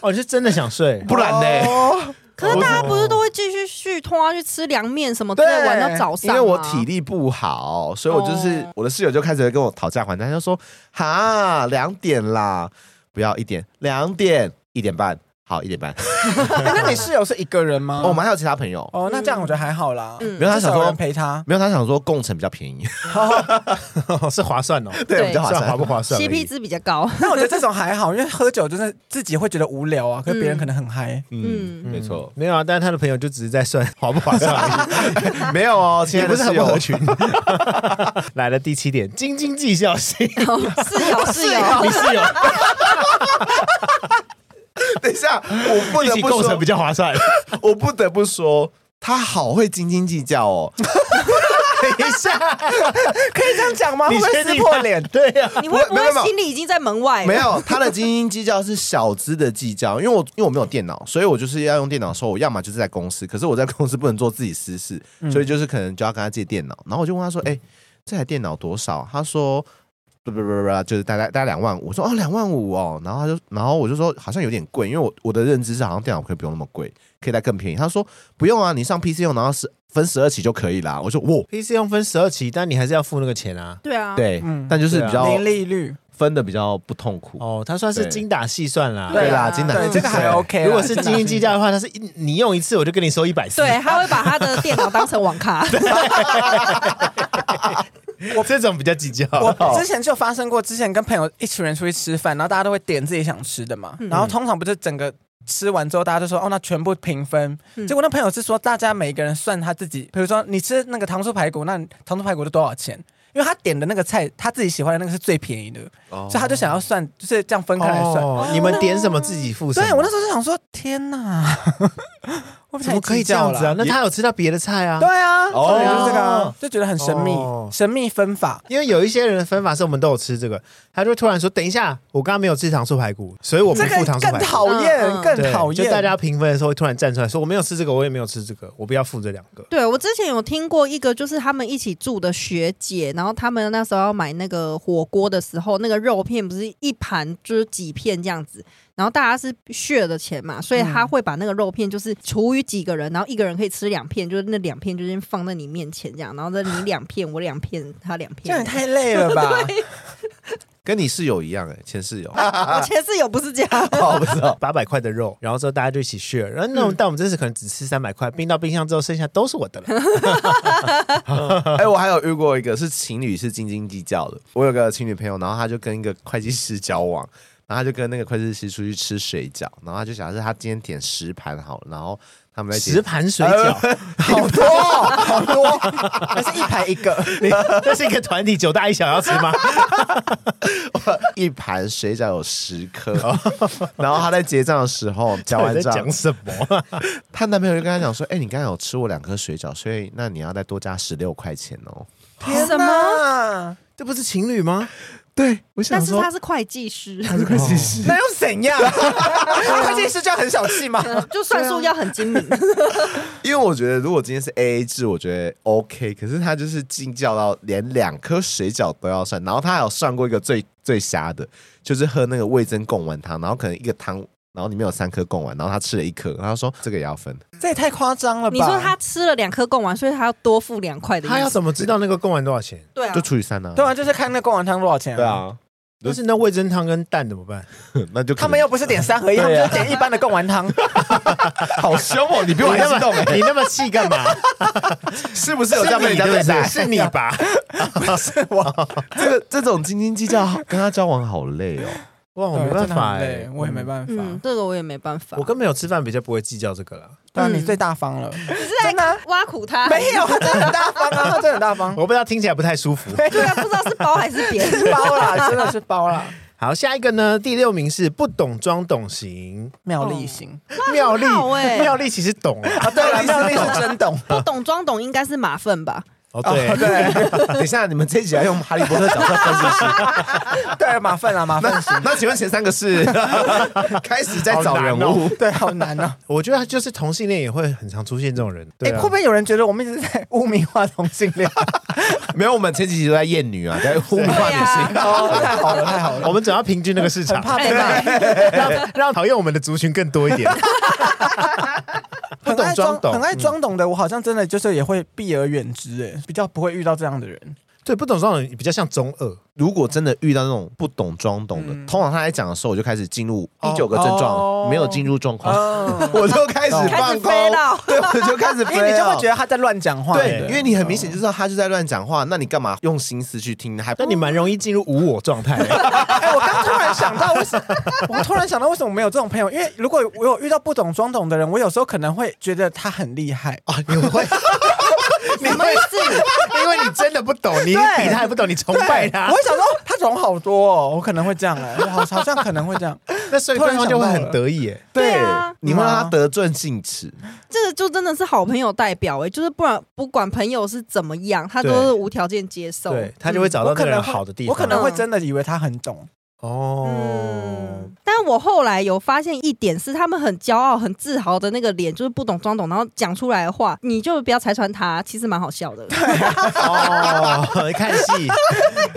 哦，你是真的想睡， 不然呢？哦，可是大家不是都会继续续通啊，去吃凉面什么之类，对玩到早上因吗。为我体力不好，所以我就是、哦我的室友就开始跟我讨价还价，他就说哈两点啦，不要一点，两点一点半，好一点半。哎那你室友是一个人吗？哦，我们还有其他朋友，哦，那这样我觉得还好啦。嗯没有他至少想有说人陪 他。没有他想说共乘比较便宜，是划算 哦，对比较划算算划。不划算而已 CP 值比较高。但我觉得这种还好，因为喝酒真的自己会觉得无聊啊，可是别人嗯可能很嗨。嗯， 嗯没错，没有啊，但是他的朋友就只是在算划不划算而 已，没有 哦，亲也爱不的是很室不合友，群。来了第七点，斤斤计较型， 哦室友室友，你室友 等一下，我 不一得起不构说成比，较划算。我不得不说，他好会斤斤计较哦。等一下，可以这样讲吗？会你不会先撕破 脸？ 对啊呀，你会不没有没有没会有心里已经在门外了？没有，他的斤斤计较是小资的计较，因 为我因为我没有电脑，所以我就是要用电脑的时候，我要么就是在公司，可是我在公司不能做自己私事，所以就是可能就要跟他借电脑，然后我就问他说：“哎、这台电脑多少？”他说。不不不不，就是大概大概两万五。我说哦，两万五哦，然后他就，然后我就说好像有点贵，因为我我的认知是好像电脑可以不用那么贵，可以再更便宜。他说不用啊，你上 PC 用，然后十分十二期就可以啦。我说哇， ，PC 用分十二期，但你还是要付那个钱啊。对啊，对，嗯但就是比较零利率，分的比较不痛苦。哦，他算是对精打细算啦。对啦啊金南对这个还 OK 啦。如果是斤经斤计较的话，他是一你用一次我就跟你收一百次，对，他会把他的电脑当成网咖。我这种比较计较。我之前就嗯发生过，之前跟朋友一群人出去吃饭，然后大家都会点自己想吃的嘛，然后通常不是整个吃完之后，大家就说哦，那全部平分。嗯结果那朋友是说，大家每个人算他自己，比如说你吃那个糖醋排骨，那你糖醋排骨是多少钱？因为他点的那个菜，他自己喜欢的那个是最便宜的，哦所以他就想要算，就是这样分开来算。哦，你们点什么自己付什么？对我那时候就想说，天哪，我怎么可以这样子啊？那他有吃到别的菜啊？对啊，哦所以就是这个啊，就觉得很神秘，哦神秘分法。因为有一些人的分法是我们都有吃这个，他就突然说：“等一下，我刚刚没有吃糖醋排骨，所以我不这付个糖醋更排骨。讨厌，嗯嗯对更”讨厌。就大家评分的时候会突然站出来说：“我没有吃这个，我也没有吃这个，我不要付这两个。对我之前有听过一个，就是他们一起住的学姐，然后他们那时候要买那个火锅的时候，那个肉片不是一盘就是几片这样子，然后大家是 share 的钱嘛，所以他会把那个肉片就是除以几个人，然后一个人可以吃两片，就是那两片就是放在你面前这样，然后再你两片，我两片，他两这样也片。太累了 吧？跟你室友一样哎、前室友，我前室友不是这样，哦，不知道， 八百块的肉，然后之后大家就一起 share，然后那种、但我们这次可能只吃三百块，冰到冰箱之后剩下都是我的了。 哎、我还有遇过一个是情侣是斤斤计较的。我有个情侣朋友，然后他就跟一个会计师交往，然后他就跟那个会计师出去吃水饺，然后他就想是他今天点十盘好了，然后他们在点十盘水饺， 好 多哦好多，还是一排一个。你这是一个团体，九大一小要吃吗？一盘水饺有十颗，然后他在结账的时候结我完在 账讲，什么？她男朋友就跟她讲说：“哎、你刚才有吃我两颗水饺，所以那你要再多加十六块钱哦。什么？ 么？这不是情侣吗？”对，我想但是说他是会计师，是会计师，那又怎样？会计师这样很小气 吗？呃就算数要很精明。因为我觉得如果今天是 A A 制，我觉得 O、k 可是他就是计较到连两颗水饺都要算，然后他还有算过一个最最瞎的，就是喝那个味增贡丸汤，然后可能一个汤，然后里面有三颗贡丸，然后他吃了一颗，然后他说这个也要 分。这也太夸张了吧？你说他吃了两颗贡丸，所以他要多付两块的意思。他要怎么知道那个贡丸多少钱？对啊就，除以三啊，对啊，就是看那贡丸汤多少钱、，，但是那味噌汤跟蛋怎么办？那就可能 他们又不是点三合一，他们对啊就是点一般的贡丸汤。好凶哦，你比我还你那激动么哎， 你那么气干嘛？是不是有这样被人家对待？是你吧？ 这个这种斤斤计较，跟他交往好累哦。哇，我没对办真的法很累哎，我也没办法。嗯，这个我也没办法。我跟朋友吃饭比较不会计较这个啦。当然嗯啊你最大方了，在真的啊挖苦他， 没有，他真的很大方啊，他真的很大方，我不知道听起来不太舒服。对啊，不知道是包还是 扁。 是包啦，真的是包啦，好，下一个呢？第六名是不懂装懂型，妙丽型妙丽很好欸妙丽其实懂啊。啊，对了，妙丽是真懂，不懂装懂应该是马粪吧？哦，哦对， 对 等一下，你们这一集要用哈利波特角色分析师？对，马粪啊，马 粪 那那请问前三个是 开始在找人好物？对，好难 啊！我觉得就是同性恋也会很常出现这种人。哎、对啊会不会有人觉得我们一直在污名化同性恋？ 没有，我们前几集都在厌女啊，在污名化对女性。啊， 哦，太好了，太好了，我们只要平均那个市很场，怕被骂， 哎 让让讨厌我们的族群更多一点。不很懂爱装装，懂，很爱嗯装懂的，我好像真的就是也会避而远之，哎，比较不会遇到这样的人。对，不懂装懂比较像中二。如果真的遇到那种不懂装懂的，嗯通常他在讲的时候，我就开始进入哦第九个症状，哦没有进入状况，哦， 我就开始开放始空 飞，到。对，我就开始因为你就会觉啊得。得他在乱讲话，对，因为你很明显哦就知道他就在乱讲话，那你干嘛用心思去听？还那你蛮容易进入无我状 态的。哎、我刚突然想到，为什我突然想到为什么没有这种朋友？因为如果我有遇到不懂装懂的人，我有时候可能会觉得他很厉害。啊，你 会，你会是，因为你真的不懂，你比对他还不懂，你崇对，拜我他，会想说哦他懂好多、哦，我可能会这样哎、我好好像可能会这样。那所以对方就会很得意耶。对啊你会让他得寸 进尺。这个就真的是好朋友代表哎、就是不然不管朋友是怎么样，他对都是无条件接受。对他就会找到我那可个能人会好的地方。我可能会真的以为他很懂，哦嗯，，但我后来有发现一点是，他们很骄傲、很自豪的那个脸，就是不懂装懂，然后讲出来的话，你就不要拆穿他，其实蛮 好笑的。哦， 看戏。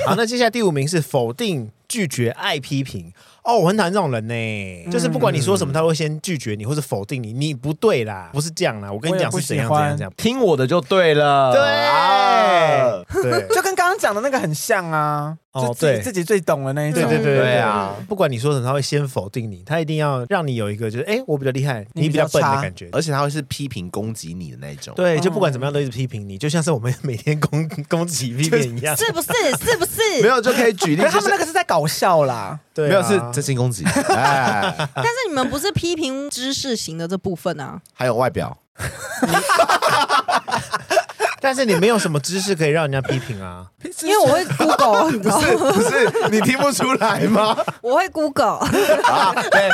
好，那接下来第五名是否定、拒绝、爱批评。哦，我很讨厌这种人呢、就是不管你说什么，他会先拒绝你或者否定你，你不对啦，不是这样啦，我跟你讲我也不是怎样喜怎欢样怎样。听我的就对了。啊对对就跟刚刚讲的那个很像啊。哦就自己对自己最懂的那一种。对对对对啊！不管你说什么，他会先否定你，他一定要让你有一个就是，哎、我比较厉害，你你比较哦比较笨差的感觉。而且他会是批评攻击你的那种。对，就嗯不管怎么样都一直批评你，就像是我们每天攻攻击批评一样。啊是不是？是不是？没有就可以举例可，是 他就们是那个是在搞好笑啦。对、啊，没有是真心攻击， 哎，但是你们不是批评知识型的这部分啊？还有外表，但是你没有什么知识可以让人家批评啊。 因为我会 Google，你知道吗，不是你听不出来吗？我会 Google。啊，对，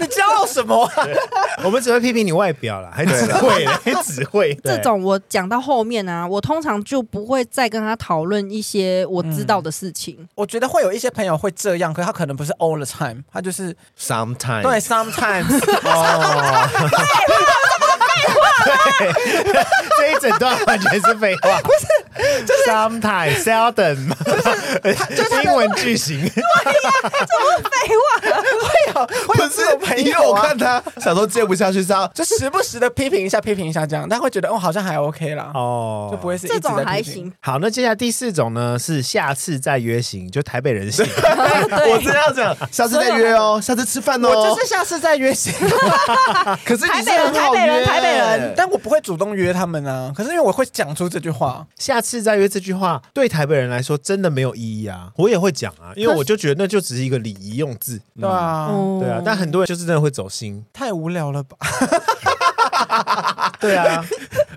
你骄傲什么啊？我们只会批评你外表啦，还只会，还只会这对种我讲到后面啊，我通常就不会再跟他讨论一些我知道的事情。 我觉得会有一些朋友会这样，可是他可能不是 all the time，他就是哎对 sometimes sometimes 哦。对，这一整段完全是废话， 不是，就是 sometimes seldom，就是英文句 型，会有会有不这种朋是，因为友我啊看，他想说接不下去，是啊要就时不时的批评一下批评一下这样，但会觉得哦好像还 OK 啦，哦，就不会是一直这在种还批评。行，好，那接下来第四种呢是下次再约行，就台北人行。我真的要讲，下次再约哦，下次吃饭哦。我就是下次再约谁，可是你台北人真的很好约台北人台北人但我不会主动约他们啊。可是因为我会讲出这句话， 下次再约这句话，对台北人来说真的没有意义啊！我也会讲 啊，因为我就觉得那就只是一个礼仪用字，对啊，哦 对啊。但很多人就是真的会走心，太无聊 了吧？对啊，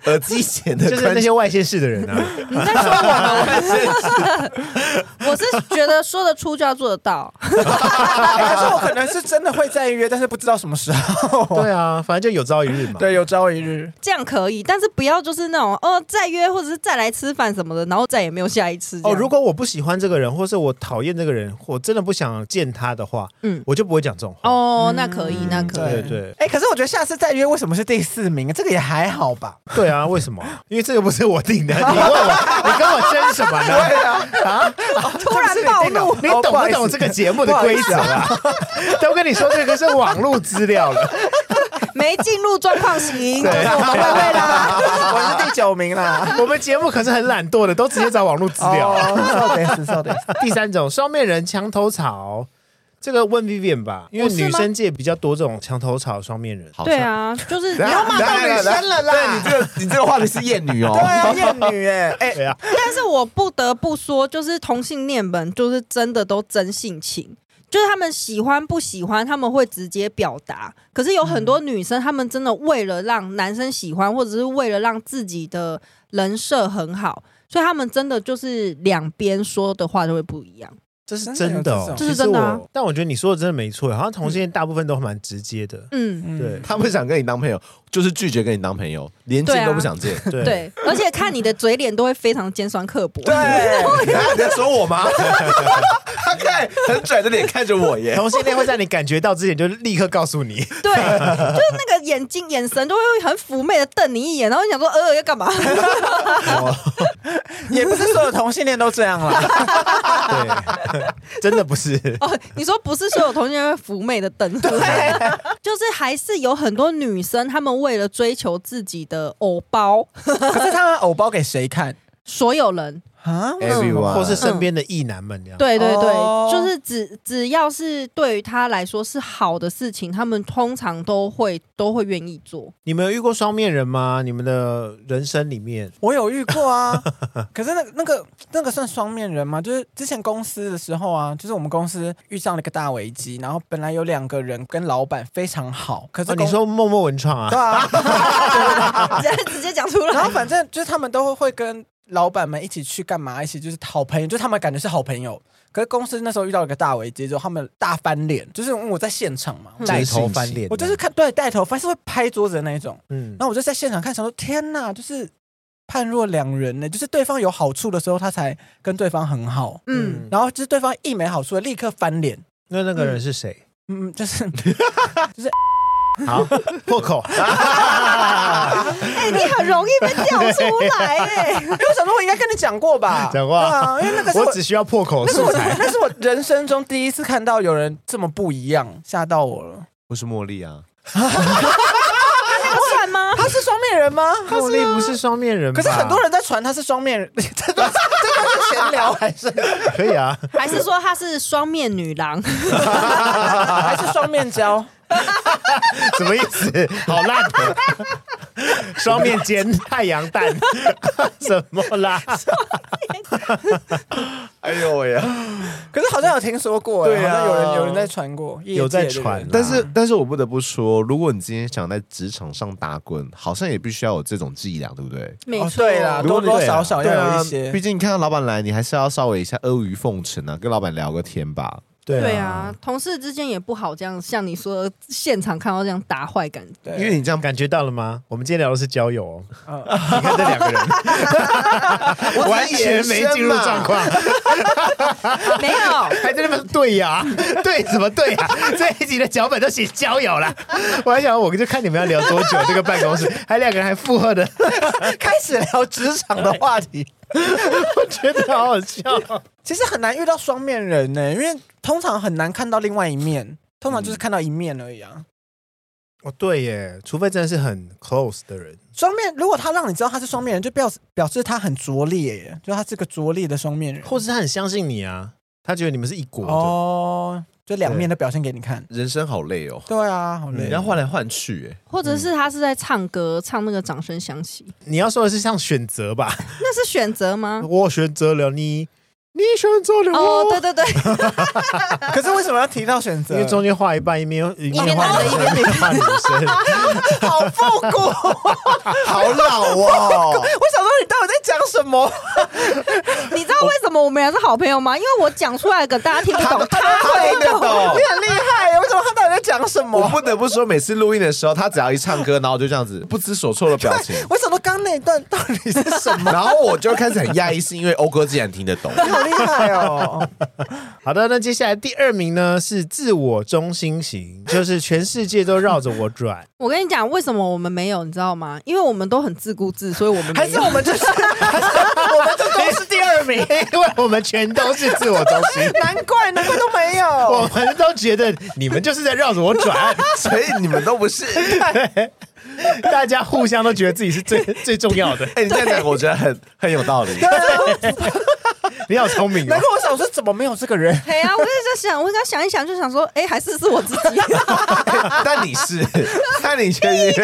耳机前 的就是 那关系些外县市的人 啊，你在说我吗？ 我是觉得说得出就要做得到。哎可是我可能是真的会再约，但是不知道什么时候。对啊，反正就有朝一日嘛。对，有朝一日。这样可以，但是不要就是那种哦再约或者是再来吃饭什么的，然后再也没有下一次这哦，样。如果我不喜欢这个人，或是我讨厌这个人，我真的不想见他的话，嗯我就不会讲这种话。哦，那可以，那可对以。对哎、可是我觉得下次再约为什么是第四名？这个也还好吧。对啊！为什么？因为这个不是我定的，你问我，你跟我争什么呢？啊突然暴怒，你懂不哦懂这个节目的规则啊？ 都跟你说这个是网络资料了。没进入状况型，就对是我们会 会啦。我是第九名啦。我们节目可是很懒惰的，都直接找网络资料。哦，少点死，少点死。第三种双面人墙头草，这个问 Vivian 吧，因为哦是吗女生界比较多这种墙头草双面人。好对，啊，就是等一下然后嘛等一下女生了啦对你这个你这个话题是艳女哦对。啊，艳女哎、 哎、对啊，但是我不得不说，就是同性恋们，就是真的都真性情，就是他们喜欢不喜欢，他们会直接表达。可是有很多女生，她们真的为了让男生喜欢，或者是为了让自己的人设很好，所以他们真的就是两边说的话都会不一样。这是真的、哦，嗯这是真的啊其实我但我觉得你说的真的没错，好像同性恋大部分都蛮直接的。嗯，对他不想跟你当朋友，就是拒绝跟你当朋友，连对见啊都不想见。对，对，而且看你的嘴脸都会非常尖酸刻薄。对， 你在说我吗？他看很拽的脸看着我耶。同性恋会在你感觉到之前就立刻告诉 你，对，就是那个眼睛眼神都会很妩媚的瞪你一眼，然后你想说呃要干嘛？也不是所有同性恋都这样 啦。对，真的不是。 哦，你说不是所有同性恋会妩媚的等，就是还是有很多女生，她们为了追求自己的偶包，可是他们偶包给谁看所有人，啊？为什么 Everyone，或是身边的异男们这样，对对对，哦就是只只要是对于她来说是好的事情，她们通常都会都会愿意 做。你们有遇过双面人吗？你们的人生里面，我有遇过啊， 可是那个那个那个算双面人吗？就是之前公司的时候啊，就是我们公司遇上了一个大危机，然后本来有两个人跟老板非常好，可是哦、公、你说默默文创对啊，啊，直接直接讲出然来后，反正就是他们都会跟老板们一起去干嘛，一起就是好朋友，就是他们感觉是好朋友。可是公司那时候遇到一个大危机，之后他们大翻脸，就是因为我在现场嘛，嗯带头翻脸，我就是看对带头翻是会拍桌子的那一种，嗯然，后我就在现场看，想说天哪，就是判若两人呢，就是对方有好处的时候，他才跟对方很好，嗯， 然后就是对方一没好处，立刻翻脸，那那个人是 谁？嗯，就是好，破 口。哎、你很容易被调出来哎、 因为我想说我应该跟你讲过吧， 讲过啊对啊，因为那个是我只需要破口那是素我材。那是我人生中第一次看到有人这么不一样，吓到我了。我是茉莉啊，他算吗？他是双面人吗？茉莉不是双面人吧，可是很多人在传他是双面人， 这都是这都是闲 聊，还是可以啊，还是说她是双面女郎？哦还是双面胶？ 什么意思？好烂的，双面煎太阳蛋， 什么啦？哎呦喂呀！可是好像有听说过、欸对啊好像有人有人在传过，业界有在的人传啊但是，但是我不得不说，如果你今天想在职场上打滚，好像也必须要有这种伎俩，对不对？没哦错，对啦，如果多你多少少对要啊有一，些毕。竟你看到老板来，你还是要稍微一下阿谀奉承啊，跟老板聊个天吧。对对啊，，同事之间也不好这样，像你说现场看到这样打坏感， 对因为你这样，感觉到了吗？我们今天聊的是交友哦，嗯你看这两 个人完全没进入状况，啊没有，还在那边对 呀、对什么对呀、这一集的脚本都写交友啦。我还想，我就看你们要聊多久，这个办 公室还两个人还附和的，开始聊职场的话题，我觉得好好笑。其实很难遇到双面人呢、因为通常很难看到另外一面，通常就是看到一面而已啊。哦，对耶，除非真的是很 close 的人，双面，如果他让你知道他是双面人，就表示表示他很拙劣耶，就他是个拙劣的双面人。或是他很相信你啊，他觉得你们是一国的。哦，就两面都表现给你看。人生好累哦，对啊，好嗯累你。要换来换去、 哎， 或者是他是在唱歌，唱那个掌声响起，你要说的是像选择吧？ 那是选择吗？我选择了你，你选择了我。哦，对对对， 可是为什么要提到选择？因为中间画一半，一面一面画男的一面画女生， 好复古，我好老哦，想说你到底在讲什么？你知道为什么我们俩是好朋友吗？因为我讲出来给大家听不懂，他会 得懂你很厉害耶，为什么他到底在讲什 我么？不得不说，每次录音的时候，他只要一唱歌，然后我就这样子不知所措的表情，我想说刚那一段到底是什么？然后我就开始很讶异，是因为欧哥竟然听得懂。 你好厉害 哦！好的，那接下来第二名呢是自我中心型，就是全世界都绕着我转。我跟你讲，为什么我们没有，你知道吗？因为我们都很自顾自，所以我们没有还是 我们 就是还是 我们就都是第二名， 因为我们全都是自我中 心，难怪难怪都没我 有。们都觉得你们就是在绕着我转，所以你们都不是，大家互相都觉得自己是最最重要的。哎、你这样讲我觉得很很有道理。对啊，你好聪明 难哦怪！我想说怎么没有这个人。对啊，我就在想，我刚想一想，就想说，哎、还是是我自己， 但你是，但你确实，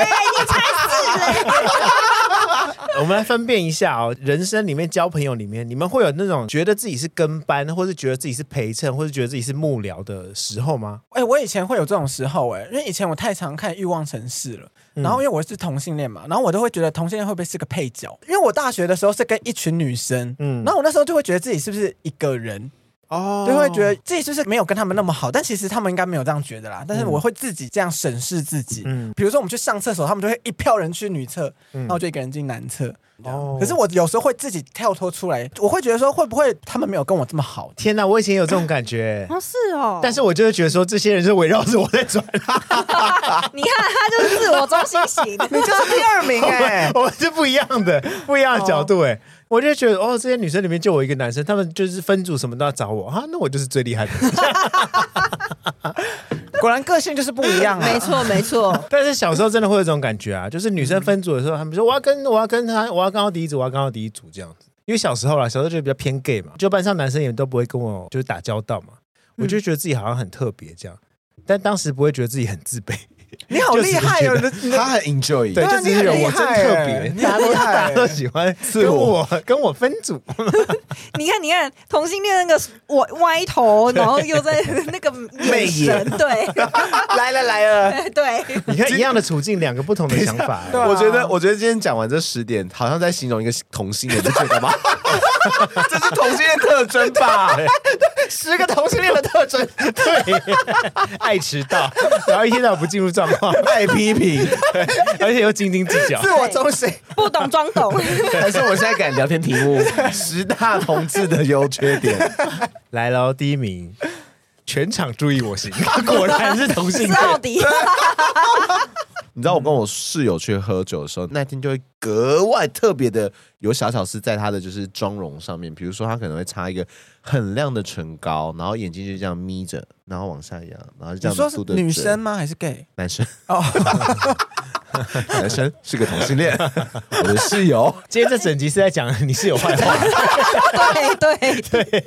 我们来分辨一下哦，人生里面交朋友里面，你们会有那种觉得自己是跟班，或是觉得自己是陪衬，或是觉得自己是幕僚的时候吗？哎、我以前会有这种时候哎、因为以前我太常看《欲望城市》了，然后因为我是同性恋嘛，然后我都会觉得同性恋会不会是个配角？因为我大学的时候是跟一群女生，嗯嗯，然后我那时候就会觉得自己是不是一个人，哦就会觉得自己就是没有跟他们那么好，但其实他们应该没有这样觉得啦。但是我会自己这样审视自己，嗯嗯，比如说我们去上厕所，他们就会一票人去女厕，然后我就一个人进男厕。哦哦，可是我有时候会自己跳脱出来，我会觉得说会不会他们没有跟我这么好？天哪，我以前也有这种感觉。 哦，是哦， 但是我就会觉得说，这些人是围绕着我在转， 你看他就是自我中心 型，你就是第二名哎、 我们是不一样的，不一样的角度哎、我就觉得哦，这些女生里面就我一个男生，他们就是分组什么都要找我啊，那我就是最厉害的。 果然个性就是不一样啊。 没错没错，但是小时候真的会有这种感觉啊，就是女生分组的时候，他们说我要跟我要跟他，我要跟到第一组，我要跟到第一组这样子。因为小时候啊啦，小时候就比较偏 gay 嘛，就班上男生也都不会跟我就是打交道嘛，我就觉得自己好像很特别这样，但当时不会觉得自己很自 卑， 你好厉害哦！你的你 他的很 enjoy，对，就啊只是觉得我真特别，你大家很都厉大害家都喜欢欸跟我跟我分组，你看你看同性恋那个我歪头，然后又在那个媚眼眼神，对来了来 了，对，你看一样的处境，两个不同的想法、欸 对啊我觉得，我觉得今天讲完这十点，好像在形容一个同性恋，你觉得吗？ 这是同性恋特征吧？十个同性恋的特征，对，爱迟到，然后一天到晚不进入状 况，爱批评，而且又斤斤计较。自我中心。不懂装懂，还是我现在改聊天题目？十大同志的优缺点，来喽，第一名，全场注意我行，果然是同性是啊奥恋。迪，你知道我跟我室友去喝酒的时候，那天就会格外特别的有小巧思在他的就是妆容上面，比如说他可能会擦一个很亮的唇膏，然后眼睛就这样眯着，然后往下仰，然后就这你样说是子嘟着嘴女生吗？还是 gay？男生哦，男生是个同性恋，我的室友。今天这整集是在讲你是有坏话，对对对。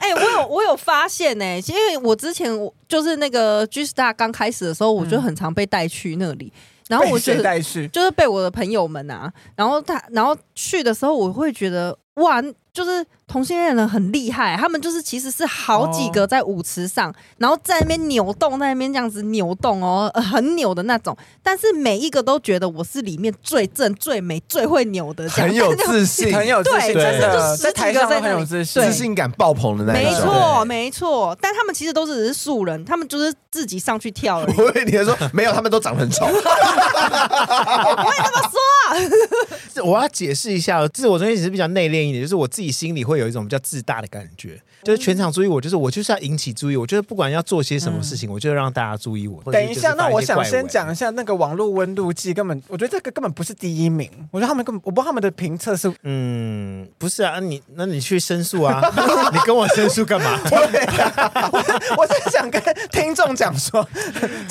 哎、我有我有发现欸呢、因为我之前我就是那个 G Star 刚开始的时候，我就很常被带去那里。然后我觉现得带去，就是被我的朋友们啊，然后他然后去的时候，我会觉得哇，就是同性恋人很厉害，他们就是其实是好几哦个在舞池上，然后在那边扭动，在那边这样子扭动哦，呃很扭的那种，但是每一个都觉得我是里面最正、最美、最会扭的，这样很有 自信，很有自信，对真真的就的十在几台个上在都那很有里自信，自信感爆棚的那一 没种。错，没错，但他们其实都只是素人，他们就是自己上去跳而 已。我以为你在说没有，他们都长得很丑。这我要解释一下，自我中心只是比较内敛一点，就是我自己心里会有一种比较自大的感觉，就是全场注意我，就是我就是要引起注意，我就是不管要做些什么事情，我就让大家注意我。等一下，那我想先讲一下，下那个网 络温度计，根本我觉得这个根本不是第一名，我觉得他们根本我不知道他们的评测是 嗯，不是啊，你那你去申诉啊， 你跟我申诉干嘛？对啊，我 我是想跟听众讲说，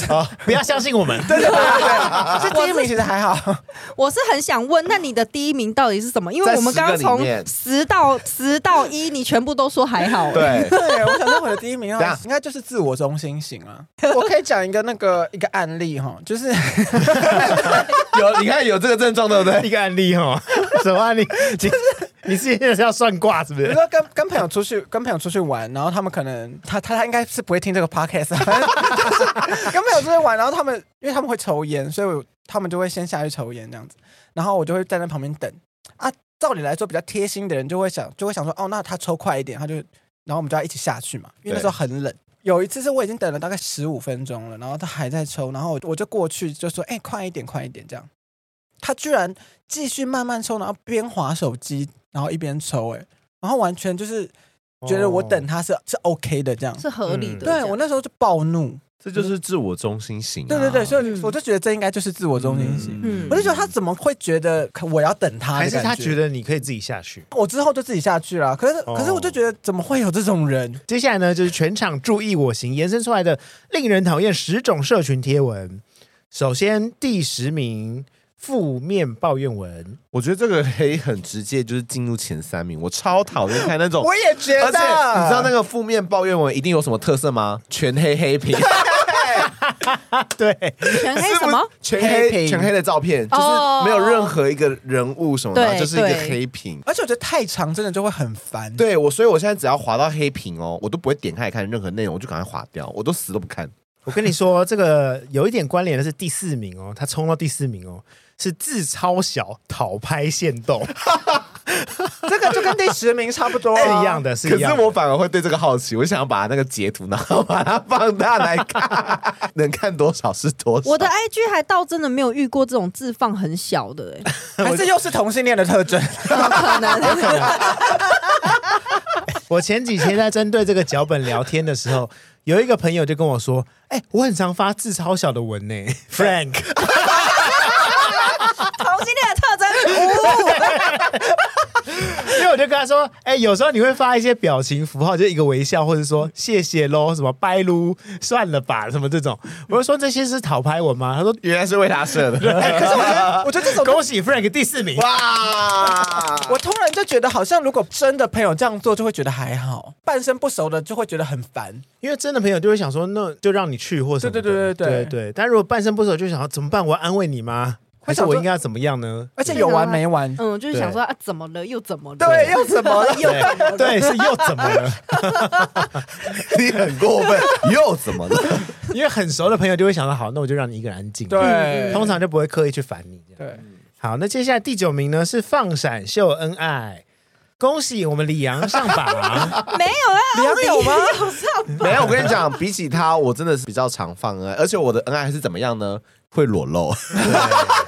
啊，不要相信我们。 对对对 对，这第一名其实还好，我是很想问，那你的第一名到底是什么？因为在我们刚刚十个里从面十到十到一，你全部都说还好、欸。对，对，我想说我的第一名 等一下应该就是自我中心型啊。我可以讲一个那个一个案例哈，就是有你看有这个症状对不 一对？个案例哈，什么案例？你你是现在是要算卦是不比如是？说跟跟朋友出去，跟朋友出去玩，然后他们可能他他他应该是不会听这个 podcast，啊 就是跟朋友出去玩，然后他们因为他们会抽烟，所以我他们就会先下去抽烟这样子，然后我就会站在旁边等啊。照理来说，比较贴心的人就会想就会想说，哦，那他抽快一点，他就然后我们就要一起下去嘛，因为那时候很冷。有一次是我已经等了大概十五分钟了，然后他还在抽，然后我我就过去就说，哎、快一点，快一点这样。他居然继续慢慢抽，然后边划手机，然后一边抽、哎，然后完全就是觉得我等他是、是 OK 的这样。是合理的。对我那时候就暴怒，这就是自我中心型啊。对对对，所以嗯我就觉得这应该就是自我中心型。嗯我就觉得他怎么会觉得可我要等他？还是他觉觉得你可以自己下去？我之后就自己下去了。可是、哦可是我就觉得怎么会有这种人？接下来呢，就是全场注意我行延伸出来的令人讨厌十种社群贴文。首先第十名，负面抱怨文， 我觉得这个可以很直接，就是进入前三名。我超讨厌看那 种，我也觉得，而且啊你知道那个负面抱怨文一定有什么特色吗？全黑黑屏，对，全黑什么？ 全黑黑屏全黑的照片，就是哦没有任何一个人物什么的，对就是一个对黑屏。而且我觉得太长真的就会很烦。，对我，所以我现在只要滑到黑屏哦，我都不会点开来看任何内容，我就赶快划掉，我都死都不看。我跟你说，这个有一点关联的是第四名哦，他冲到第四名哦，是自超小讨拍限 动，这个就跟第十名差不多、是啊，一 样的，是可一是样的。我反而会对这个好奇，我想要把那个截图，然后把它放大来看， 能看多少是多 少。我的 IG 还倒真的没有遇过这种字放很小的、欸，还是又是同性恋的特征。怎么可能？我前几天在针对这个脚本聊天的时候，有一个朋友就跟我说：“哎、我很常发字超小的文呢、f r a n k 同性恋的特征，哦呜因为我就跟他说：“哎、有时候你会发一些表情符号，就一个微笑，或者说谢谢喽，什么拜撸，算了吧，什么这种。”我就说：“这些是讨拍文吗？”他说原来是为他 设的， 哎可是我觉得，我觉得这：“种恭喜 Frank 第四名。” 哇！我突然就觉得，好像如果真的朋友这样做，就会觉得还好；半生不熟的，就会觉得很烦。因为真的朋友就会想说，那就让你去或什么的。对对对对对但如果半生不熟，就想要怎么办？我要安慰你吗？会还是想说我应该要怎么样呢？而且有完没完？ 嗯，我就是想说啊，怎么了？又怎么了？对， 又怎么了？又怎么了？对，是又怎么了？ 你很过分，又怎么了？因为很熟的朋友就会想到，好，那我就让你一个人安静。对，通常就不会刻意去烦你。这样对，好，那接下来第九名呢是放闪秀恩爱，恭喜我们李阳上榜。 没有啊，李阳有吗？ 没有，我跟你讲，比起他，我真的是比较常放恩爱，而且我的恩爱是怎么样呢？会 裸露，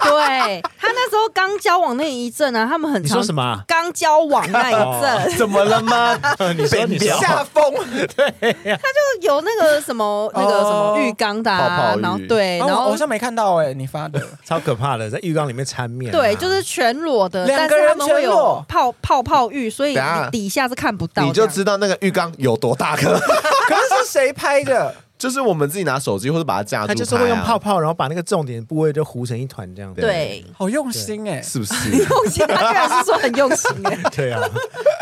对他那时候刚交往那一阵啊，他们很你说常什么啊？刚交往那一阵，怎么了吗？ 你说你说下风， 有那个什么那个什么浴缸的、啊，泡泡浴然后对，哎然哦然后我后好像没看到哎，你 发的，超可怕的，在浴缸里面缠绵啊、对，就是全裸的，两但个是他人们会全有裸泡泡泡浴，所以等下底下是看不到，你就知。道那个浴缸有多大颗。 可是是谁拍的？就是我们自己拿手机或者把它架住、啊他就是会用泡，泡，然后把那个重点部位就糊成一团这样。对对，好用心哎、是不是？用心，他居然是说很用心哎、对啊，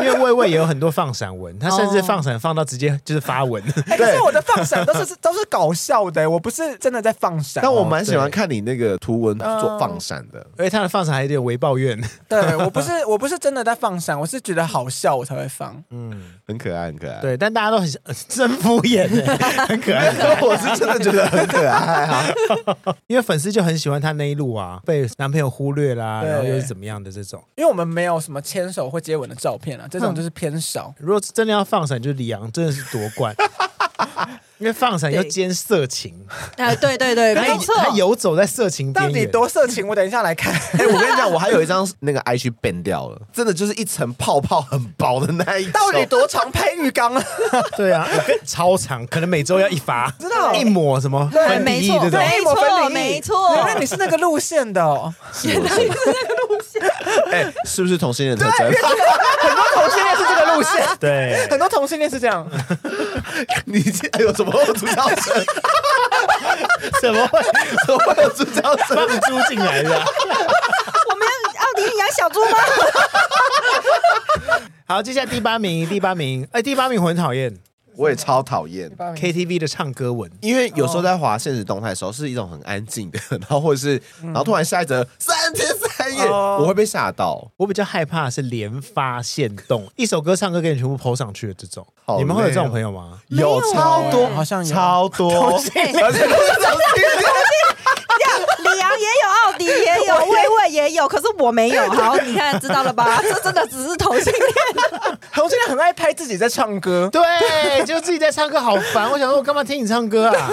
因为魏魏也有很多放闪文，他甚至哦放闪放到直接就是发 文。哎、可是我的放闪都是 都是搞笑的、我不是真的在放闪。 但我蛮喜欢看你那个图文做放闪的，而且他的放闪还有点微抱怨，对我不是我不是真的在放闪，我是觉得好笑我才会放。很可爱，很可爱。对，但大家都很真敷衍、 欸，很可爱。 我是真的觉得很可 爱啊！因为粉丝就很喜欢他那一路啊，被男朋友忽略啦，对然后又是怎么样的这种。因为我们没有什么牵手或接吻的照片啊，这种就是偏少。如果真的要放闪，就是李阳真的是夺 冠，因为放闪又兼色情， 啊，对对对，他没已错，他游走在色情到边底缘。多色情？我等一下来看。哎、我跟你讲，我还有一张那个 IG 变掉了，真的就是一层泡泡很薄的那一种。到底多长拍浴缸啊？对啊，我跟超长，可能每周要一发，真的哦一抹什么对，粉底没液这错，种。没我分错，离没错，原来你是那个路线的哦，是不是？哎、是不是同性恋特征？ 很多同性恋是这个路线，对， 很多同性恋是这样。你这哎呦，怎么会有助教生？怎么会怎么会有助教生放？猪进来的啊、我们要奥迪养小猪吗？好，接下来第八名，第八名，哎，第八名我很讨厌我也超讨厌。 KTV 的唱歌文。因为有时候在滑现实动态的时候，是一种很安静的，然后或者是，然后突然下一则三天三夜，哦我会被吓到。我比较害怕的是连发现动，一首歌唱歌给你全部抛上去的这种，好你们会有累这哦种朋友吗？没有啊超多，好像有超多， 而且都是李阳也有，奥迪也有，魏魏也有，可是我没有。好，你看知道了吧？这真的只是同性恋。同性恋很爱拍自己在唱歌，对，就自己在唱歌，好烦。我想说，我干嘛听你唱歌啊？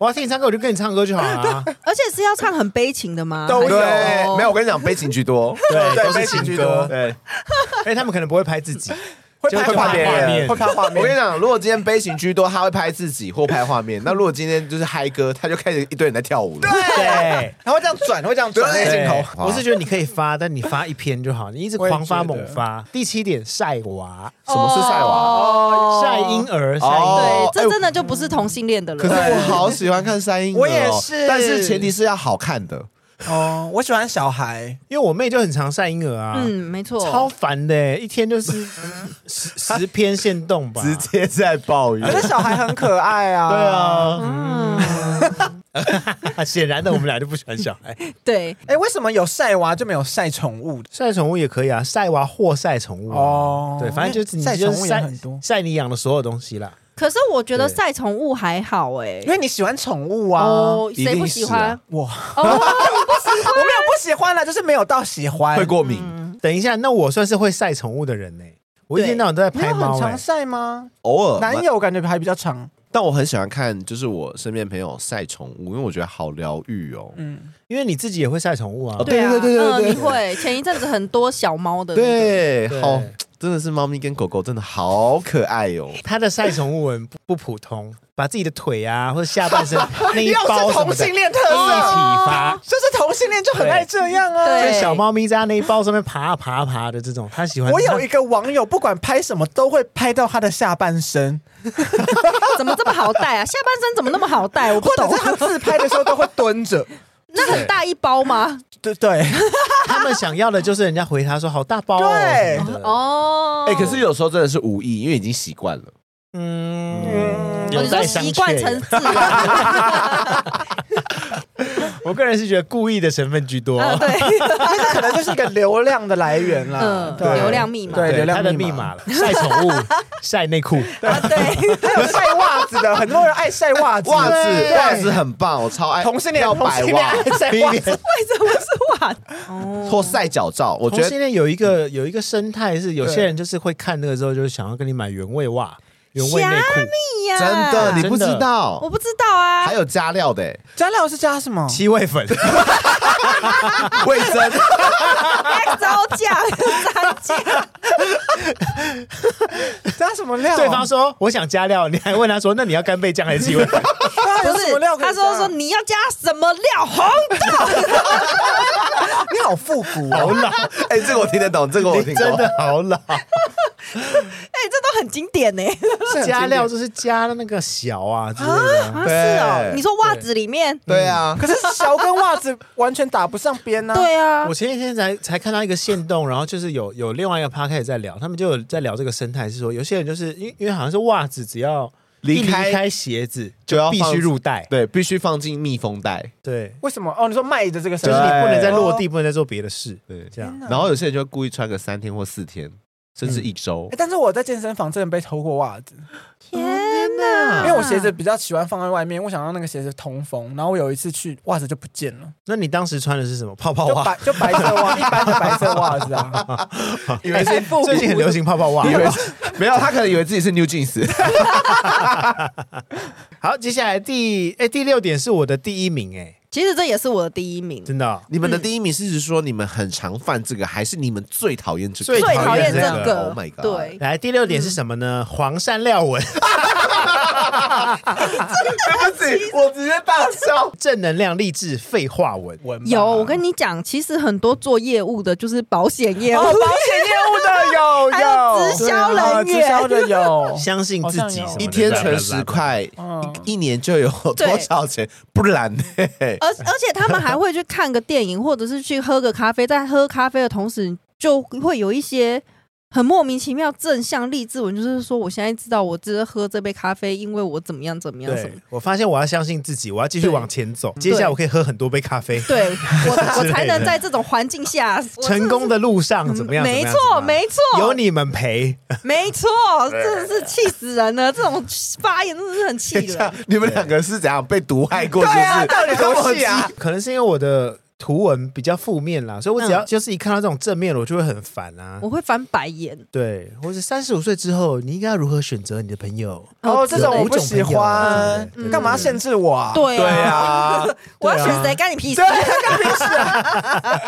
我要听你唱歌，我就跟你唱歌就好了、啊。而且是要唱很悲情的吗？都有哎还对，没有，我，跟你讲，悲情居多，对，都是悲情情居歌多。对，哎，他们可能不会拍自己，会就拍会画怕别人面，会拍画我跟你面。讲，如果今天悲情居多，他会拍自己或拍画面；那如果今天就是嗨歌，他就开始一堆人在跳舞了。对。然后这样转，会这样转那哎个对镜头。哎哇我是觉得你可以发，但你发一篇就好，你一直狂发猛发。第七点晒娃、什么是晒娃？哎哦晒婴。儿、晒婴哦儿，对，这真的就不是同性恋的了。可是我好喜欢看三音、哦，我也是但是前提是要好看的。哦，我喜欢小孩，因为我妹就很常晒婴儿啊，嗯，没错，超烦的欸，一天就是十十篇限动吧。接在抱嗯怨可是小孩很可爱啊。对，啊，嗯，啊显然的，我们俩就不喜欢小孩。对，哎，为什么有晒娃就没有晒宠物的？晒宠物也可以啊，晒娃或晒宠物啊哦对，反正就是你晒就宠是物也晒很多晒你养的所有东西啦。可是我觉得对晒宠物还好哎因，为你喜欢宠物啊。哦，一谁不定喜是欢啊？哇， 我哦，没有不喜欢啦，就是没有到喜欢。会过敏、嗯等一下，那我算是会晒宠物的人呢、我一天到晚都在没拍有猫哦很哎、常晒吗？偶尔男友感觉还比较长。但我很喜欢看，就是我身边朋友晒宠物，因为我觉得好疗愈哦。嗯，因为你自己也会晒宠物啊哦。啊对对对对嗯对对你会前一阵子很多小猫的那个，对，对好，真的是猫咪跟狗狗真的好可爱哦。他的晒宠物文不不普通，把自己的腿啊或者下半 身那一又包是什同么的一哦起性恋哦特色，发。就是同性恋就很爱这样啊。所对以小猫咪在它那一包上面爬啊爬啊爬的这种，他喜欢。我有一个网友，不管拍什么都会拍到他的下半身， 怎么这么好带啊？下半身怎么那么好带？我不 或者懂是。他自拍的时候都会蹲着。那很大一包吗？对对，他们想要的就是人家回他说好大包哦，对什么的，哦，哎、可是有时候真的是无意，因为已经习惯了。嗯，我有就说待商哦习榷惯成自然。啊我个人是觉得故意的成分居多，呃啊对，那可能就是一个流量的来源啦嗯，，对流量密码。对流量他的密密码码了，晒宠 物，晒内裤，啊，对， 还有晒袜子的，很多人爱晒袜子，袜子，对袜子很棒，我超爱。同性恋要摆同性恋袜爱晒袜子，为什么是袜子？哦，或晒脚罩，我同觉性得恋有一个有一个生态是，有些人就是会看那个之后，就是想要跟你买原味袜、原味内裤、你呀，真的你不知真的我道，不知道啊。还有加料的、欸， 加料是加什么？七味粉， 味 增。烧酱、哎三酱，加什么料？对方说我想加料，你还问他说那你要干贝酱还是七味 粉？啊有不什么是料？他说说，你要加什么料？红豆。你好复古好哦。老，哎、这个我听得懂，这个我你听真得懂。的好老。哎这都很经典呢、是很加经典料就是加了那个小啊之类的啊。啊，是哦对，你说袜子里面，对啊，可是小跟袜子完全打不上边呢、对啊我，前几天才才看到一个线动，然后就是有有另外一个 p a r k 在聊，他们就有在聊这个生态，是说有些人就是因为因为好像是袜子，只要离一开离开鞋子就要必放须入袋，对，必须放进密封袋。对，为什么？哦，你说卖的这个就生是意你不哦对能再落地，不能再做别的事，对，这样。天哪然后有些人就会故意穿个三天或四天，甚至一周 欸。但是我在健身房真的被偷过袜子，天哪！因为我鞋子比较喜欢放在外面，我想让那个鞋子通风。然后我有一次去，袜子就不见了，那你当时穿的是什么泡泡就袜？白就白色袜， 一般的白色袜子啊。以为哎是最近很流行泡泡袜。以为是 没哎有，他可能以为自己是 New Jeans。 好，接下来第哎第六点是我的第一名哎，其实这也是我的第一名，真的哦你们的第一名是指说你们很常犯这个，还是你们最讨厌这个？最最讨厌这讨厌个。 Oh my god！对，来第六点是什么嗯呢？黄鳝料 文对不起，我直接大哦笑。 正能量励志废话文。。闻吧有我跟你讲，其实很多做业务的，就是保险业务哦，，保险业务的有 还有有直销对啊人直员销的有相信自己好像有什么的，一天存十块，嗯一一年就有多少钱？不然呢？而而且他们还会去看个电影，或者是去喝个咖啡，在喝咖啡的同时，就会有一些很莫名其妙正向励志文，就是说我现在知道我只是喝这杯咖啡，因为我怎么样怎么样什么对。，我发现我要相信自己，我要继续对往前走。接下来我可以喝很多杯咖啡，对我， 我之类才能的在这种环境下成功的路上怎么样？嗯没怎么样错，怎么样没错，有你们陪，没错，真的是气死人了！这种发言真的是很气 等一下人。，你们两个是怎样被毒害过？就是到底多细啊？ 可能是因为我的图文比较负面啦，所以我只要就是一看到这种正面的，我就会很烦啊。嗯我会翻白眼，对，或者三十五岁之后，你应该要如何选择你的朋 友？哦，这种我五不种喜朋友啊欢对对，干嘛限制我啊？嗯对对啊， 我要对啊选谁干你屁事对？，干嘛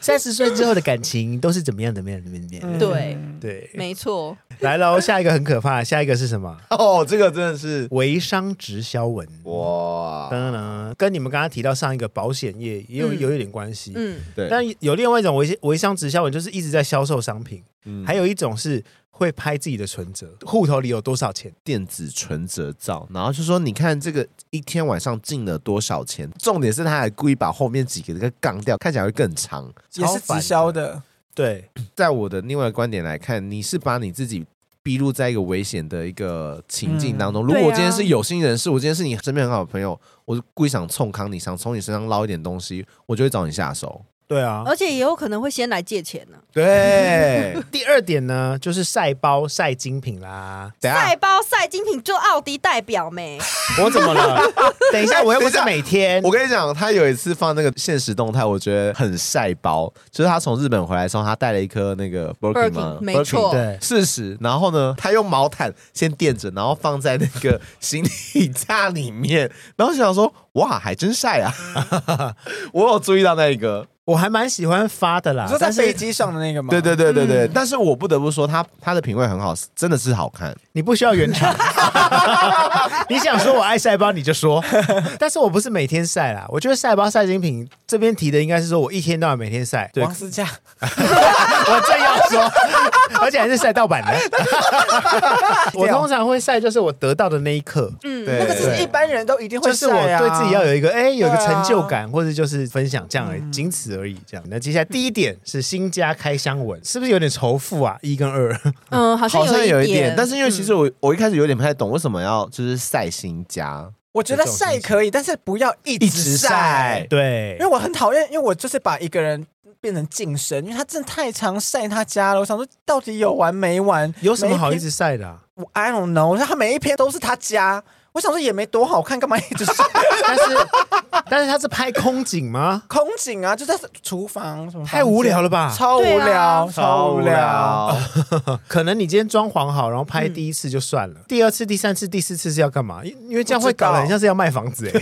三十岁之后的感情都是怎么样？怎么样？怎么样？怎么样对，对，没错，来喽，下一个很可怕，下一个是什么？ 哦，这个真的是微商直销文。哇，当然，跟你们刚刚提到上一个保险业也有嗯有一点关系。嗯，对，但有另外一种微微商直销文，就是一直在销售商品；嗯还有一种是会拍自己的存折，户头里有多少钱。电子存折照，然后就说你看这个一天晚上进了多少钱，重点是他还故意把后面几个那个杠掉，看起来会更长。也是直销的，对，在我的另外一个观点来看，你是把你自己。逼入在一个危险的一个情境当中。如果对啊我今天是有心人士，我今天是你身边很好的朋友，我是故意想冲康你，想从你身上捞一点东西，我就会找你下手。对啊。而且也有可能会先来借钱呢。 对，第二点呢，就是晒包晒精品啦。等一晒下，包晒精品就奥迪代表没？我怎么了？ 等一下，我又不等是一下每天 我。跟你讲，他有一次放那个现实动态，我觉得很晒包，就是他从日本回来的时候，他带了一颗那个 Birkin 吗 Birkin，没错 Birkin 对，四十，然后呢，他用毛毯先垫着，然后放在那个行李架里面，然后想说，哇，还真晒啊！ 我有注意到那一个，我还蛮喜欢发的啦你说，在但飞是机上的那个吗？对对对对对，嗯但是我不得不说，他他的品味很好，真的是好看。你不需要圆场。你想说我爱晒包你就说，但是我不是每天晒啦。我觉得晒包晒精品这边提的应该是说我一天到晚每天晒，对王思佳，我正要说， 而且还是晒盗版的。我通常会晒，就是我得到的那一刻，嗯，对那个这是一般人都一定会就是我晒啊对自己要有一个哎、有一个对啊嗯成就感，或者就是分享这样而已，仅此而已。这样，那接下来第一点是新家开箱 文，是不是有点仇富啊？一跟二，嗯，好好像有一一点，但是因为嗯其实我、我一开始有点不太懂为什么要就是晒新家，我觉得晒可以，但是不要一一直直晒晒， 对因为，我很讨厌，因为我就是把一个人变成晋升，因为他真的太常晒他家了。我想说，到底有完没完？有什么好每一一篇？直晒的、啊？我 I don't know，他每一篇都是他家，我想说也没多好看，干嘛一直晒？但是， 但是他是拍空景吗？空景啊，就在厨房什么，太无聊了，了吧！超无对聊，啊超无聊。。可能你今天装潢好，然后拍嗯第一次就算了，第二次、第三次、第四次是要干嘛？因因为这样会搞得很像是要卖房子哎、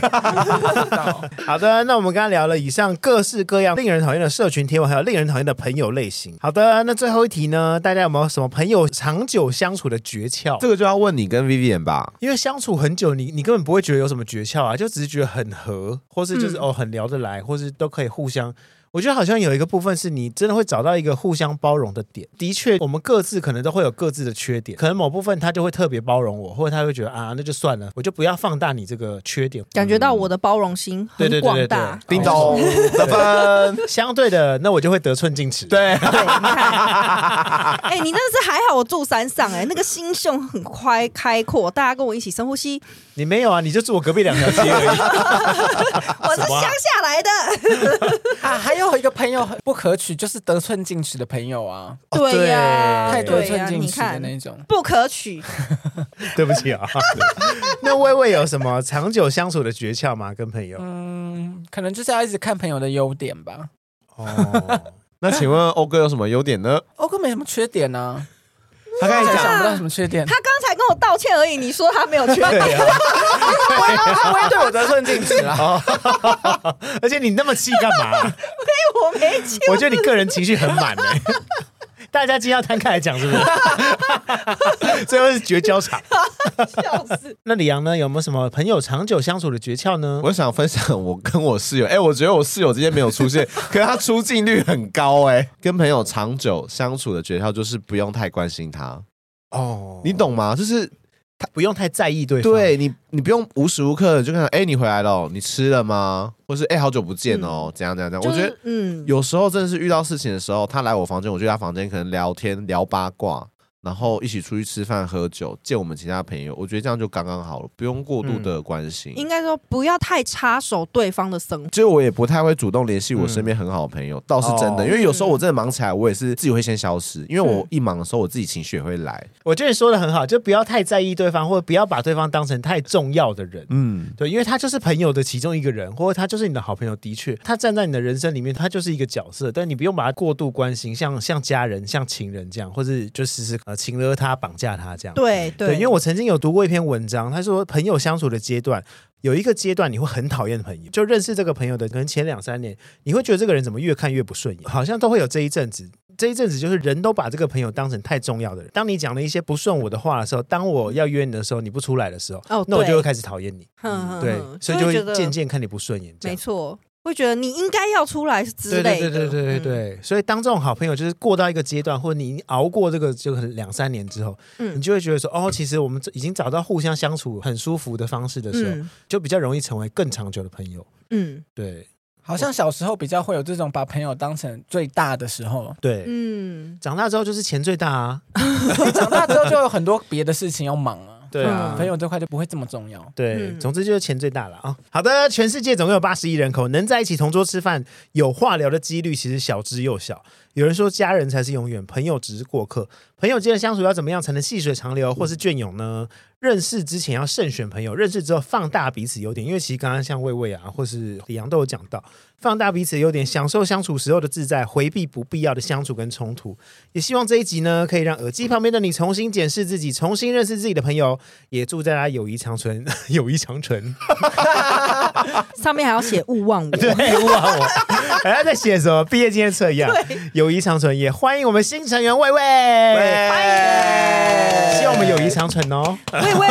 好的，那我们刚刚聊了以上各式各样令人讨厌的社群贴文，还有令人讨厌的朋友类型。好的，那最后一题呢？大家有没有什么朋友长久相处的诀窍这？个就要问你跟 Vivian 吧。因为相处很久，你你根本不会觉得有什么诀窍啊，就只是觉得很合，或是就是、嗯哦很聊得来，或是都可以互相。我觉得好像有一个部分是你真的会找到一个互相包容的点。的确，我们各自可能都会有各自的缺点，可能某部分他就会特别包容我，或者他会觉得啊，那就算了，我就不要放大你这个缺点。感觉到我的包容心对对对很广对对大，。叮咚得分，相对的，那我就会得寸进尺。 对，对，你看， 哎、你真的是还好，我住山上、哎，那个心胸很开开阔，大家跟我一起深呼吸。你没有啊，你就住我隔壁两条街 而已。我是乡下来的， 啊，还有一个朋友很不可取，就是得寸进尺的朋友啊，对呀、对太得对呀、寸进你尺的看，那种。不可取。对不起啊。 那薇薇有什么长久相处的诀窍吗？跟朋友？嗯，可能就是要一直看朋友的优点吧。哦，那请问欧哥有什么优点呢？欧哥哦没什么缺点呢、他啊，刚才才想讲，不到什么缺点。他刚才跟我道歉而已，你说他没有缺 点，对啊。他不会对我得寸进尺啦。而且你那么气干 嘛？我没气。我觉得你个人情绪很 满哎、大家今天要摊开来讲，是不是？ 最后是绝交场。 笑 死！那李阳呢？有没有什么朋友长久相处的诀窍呢？我想分享我跟我室友，哎、我觉得我室友今天没有出现， 可是他出镜率很高、哎，跟朋友长久相处的诀窍就是不用太关心他，哦，你懂吗？就是不用太在意对方。对你，你不用无时无刻就看到，哎、你回来了哦，你吃了吗？或是哎、好久不见哦，怎样怎样怎样？就我觉是得嗯，有时候真的是遇到事情的时候，他来我房间，我去他房间，可能聊天聊八卦，然后一起出去吃饭喝酒，见我们其他朋友，我觉得这样就刚刚好了，不用过度的关心。应该说不要太插手对方的生活。就我也不太会主动联系我身边很好的朋友，倒是真的，哦因为有时候我真的忙起来，我也是自己会先消失，因为我嗯一忙的时候，我自己情绪也会来。我觉得你说的很好，就不要太在意对方，或者不要把对方当成太重要的人。嗯，对，因为他就是朋友的其中一个人，或者他就是你的好朋友，的确，他站在你的人生里面，他就是一个角色，但你不用把他过度关心，像像家人、像情人这样，或者就时时呃情勒他、绑架他这样。对对，因为我曾经有读过一篇文章，他说朋友相处的阶段。有一个阶段你会很讨厌朋友，就认识这个朋友的，可能前两三年你会觉得这个人怎么越看越不顺眼，好像都会有这一阵子。这一阵子就是人都把这个朋友当成太重要的人。当你讲了一些不顺我的话的时候，当我要约你的时候你不出来的时候，哦那我就对会开始讨厌你。哼哼对哼，所以就嗯觉得会渐渐看你不顺眼，这没样。错，会觉得你应该要出来之对类对的。对对对对嗯对，所以当这种好朋友就是过到一个阶段，或者你已经熬过这个就可能两三年之后，嗯你就会觉得说，哦，其实我们已经找到互相相处很舒服的方式的时候，嗯就比较容易成为更长久的朋友。嗯对好像小时候比较会有这种把朋友当成最大的时候，对，嗯，长大之后就是钱最大啊，长大之后就有很多别的事情要忙啊。对啊嗯朋友这块就不会这么重要。对，嗯总之就是钱最大了啊。好的，全世界总共有八十亿人口，能在一起同桌吃饭有话聊的几率其实小之又小。有人说家人才是永远，朋友只是过客。朋友间的相处要怎么样才能细水长流，或是隽永呢？认识之前要慎选朋友，认识之后放大彼此优点，因为其实刚刚像魏魏啊，或是李阳都有讲到，放大彼此优点，享受相处时候的自在，回避不必要的相处跟冲突。也希望这一集呢，可以让耳机旁边的你重新检视自己，重新认识自己的朋友，也祝大家友谊长存， 友谊长存。上面还要写勿忘我。 对，哇，我 还要在写什么毕业纪念册一样，友谊长存。也欢迎我们新成员魏魏，哎欢希望我们友谊长存哦。喂喂，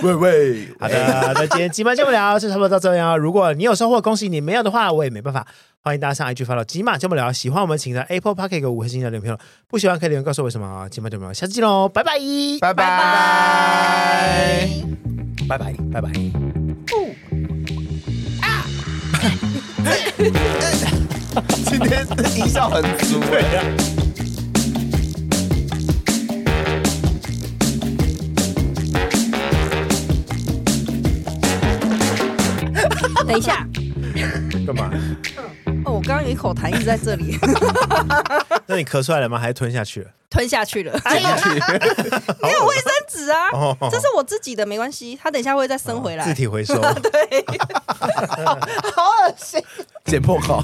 喂喂，好的，那今天金马节目聊就差不多到这样哦。如果你有收获，恭喜你；没有的话，我也没办法。欢迎大家上 IG follow 金马节目聊。喜欢我们，请在 Apple Park 给我五颗星的留言评论；不喜欢可以留言告诉我为什么哦。金马节目聊，下次见喽，拜拜，拜拜。拜拜，拜拜。今天音效很足哎、等一下， 干嘛？哦，我刚刚有一口痰一直在这里那你咳出来了吗？还是吞下去了？吞下去 了，没有卫生纸啊哦，这是我自己的，没关系，它等一下会再生回来 自。体回收。对，好恶心。剪破口。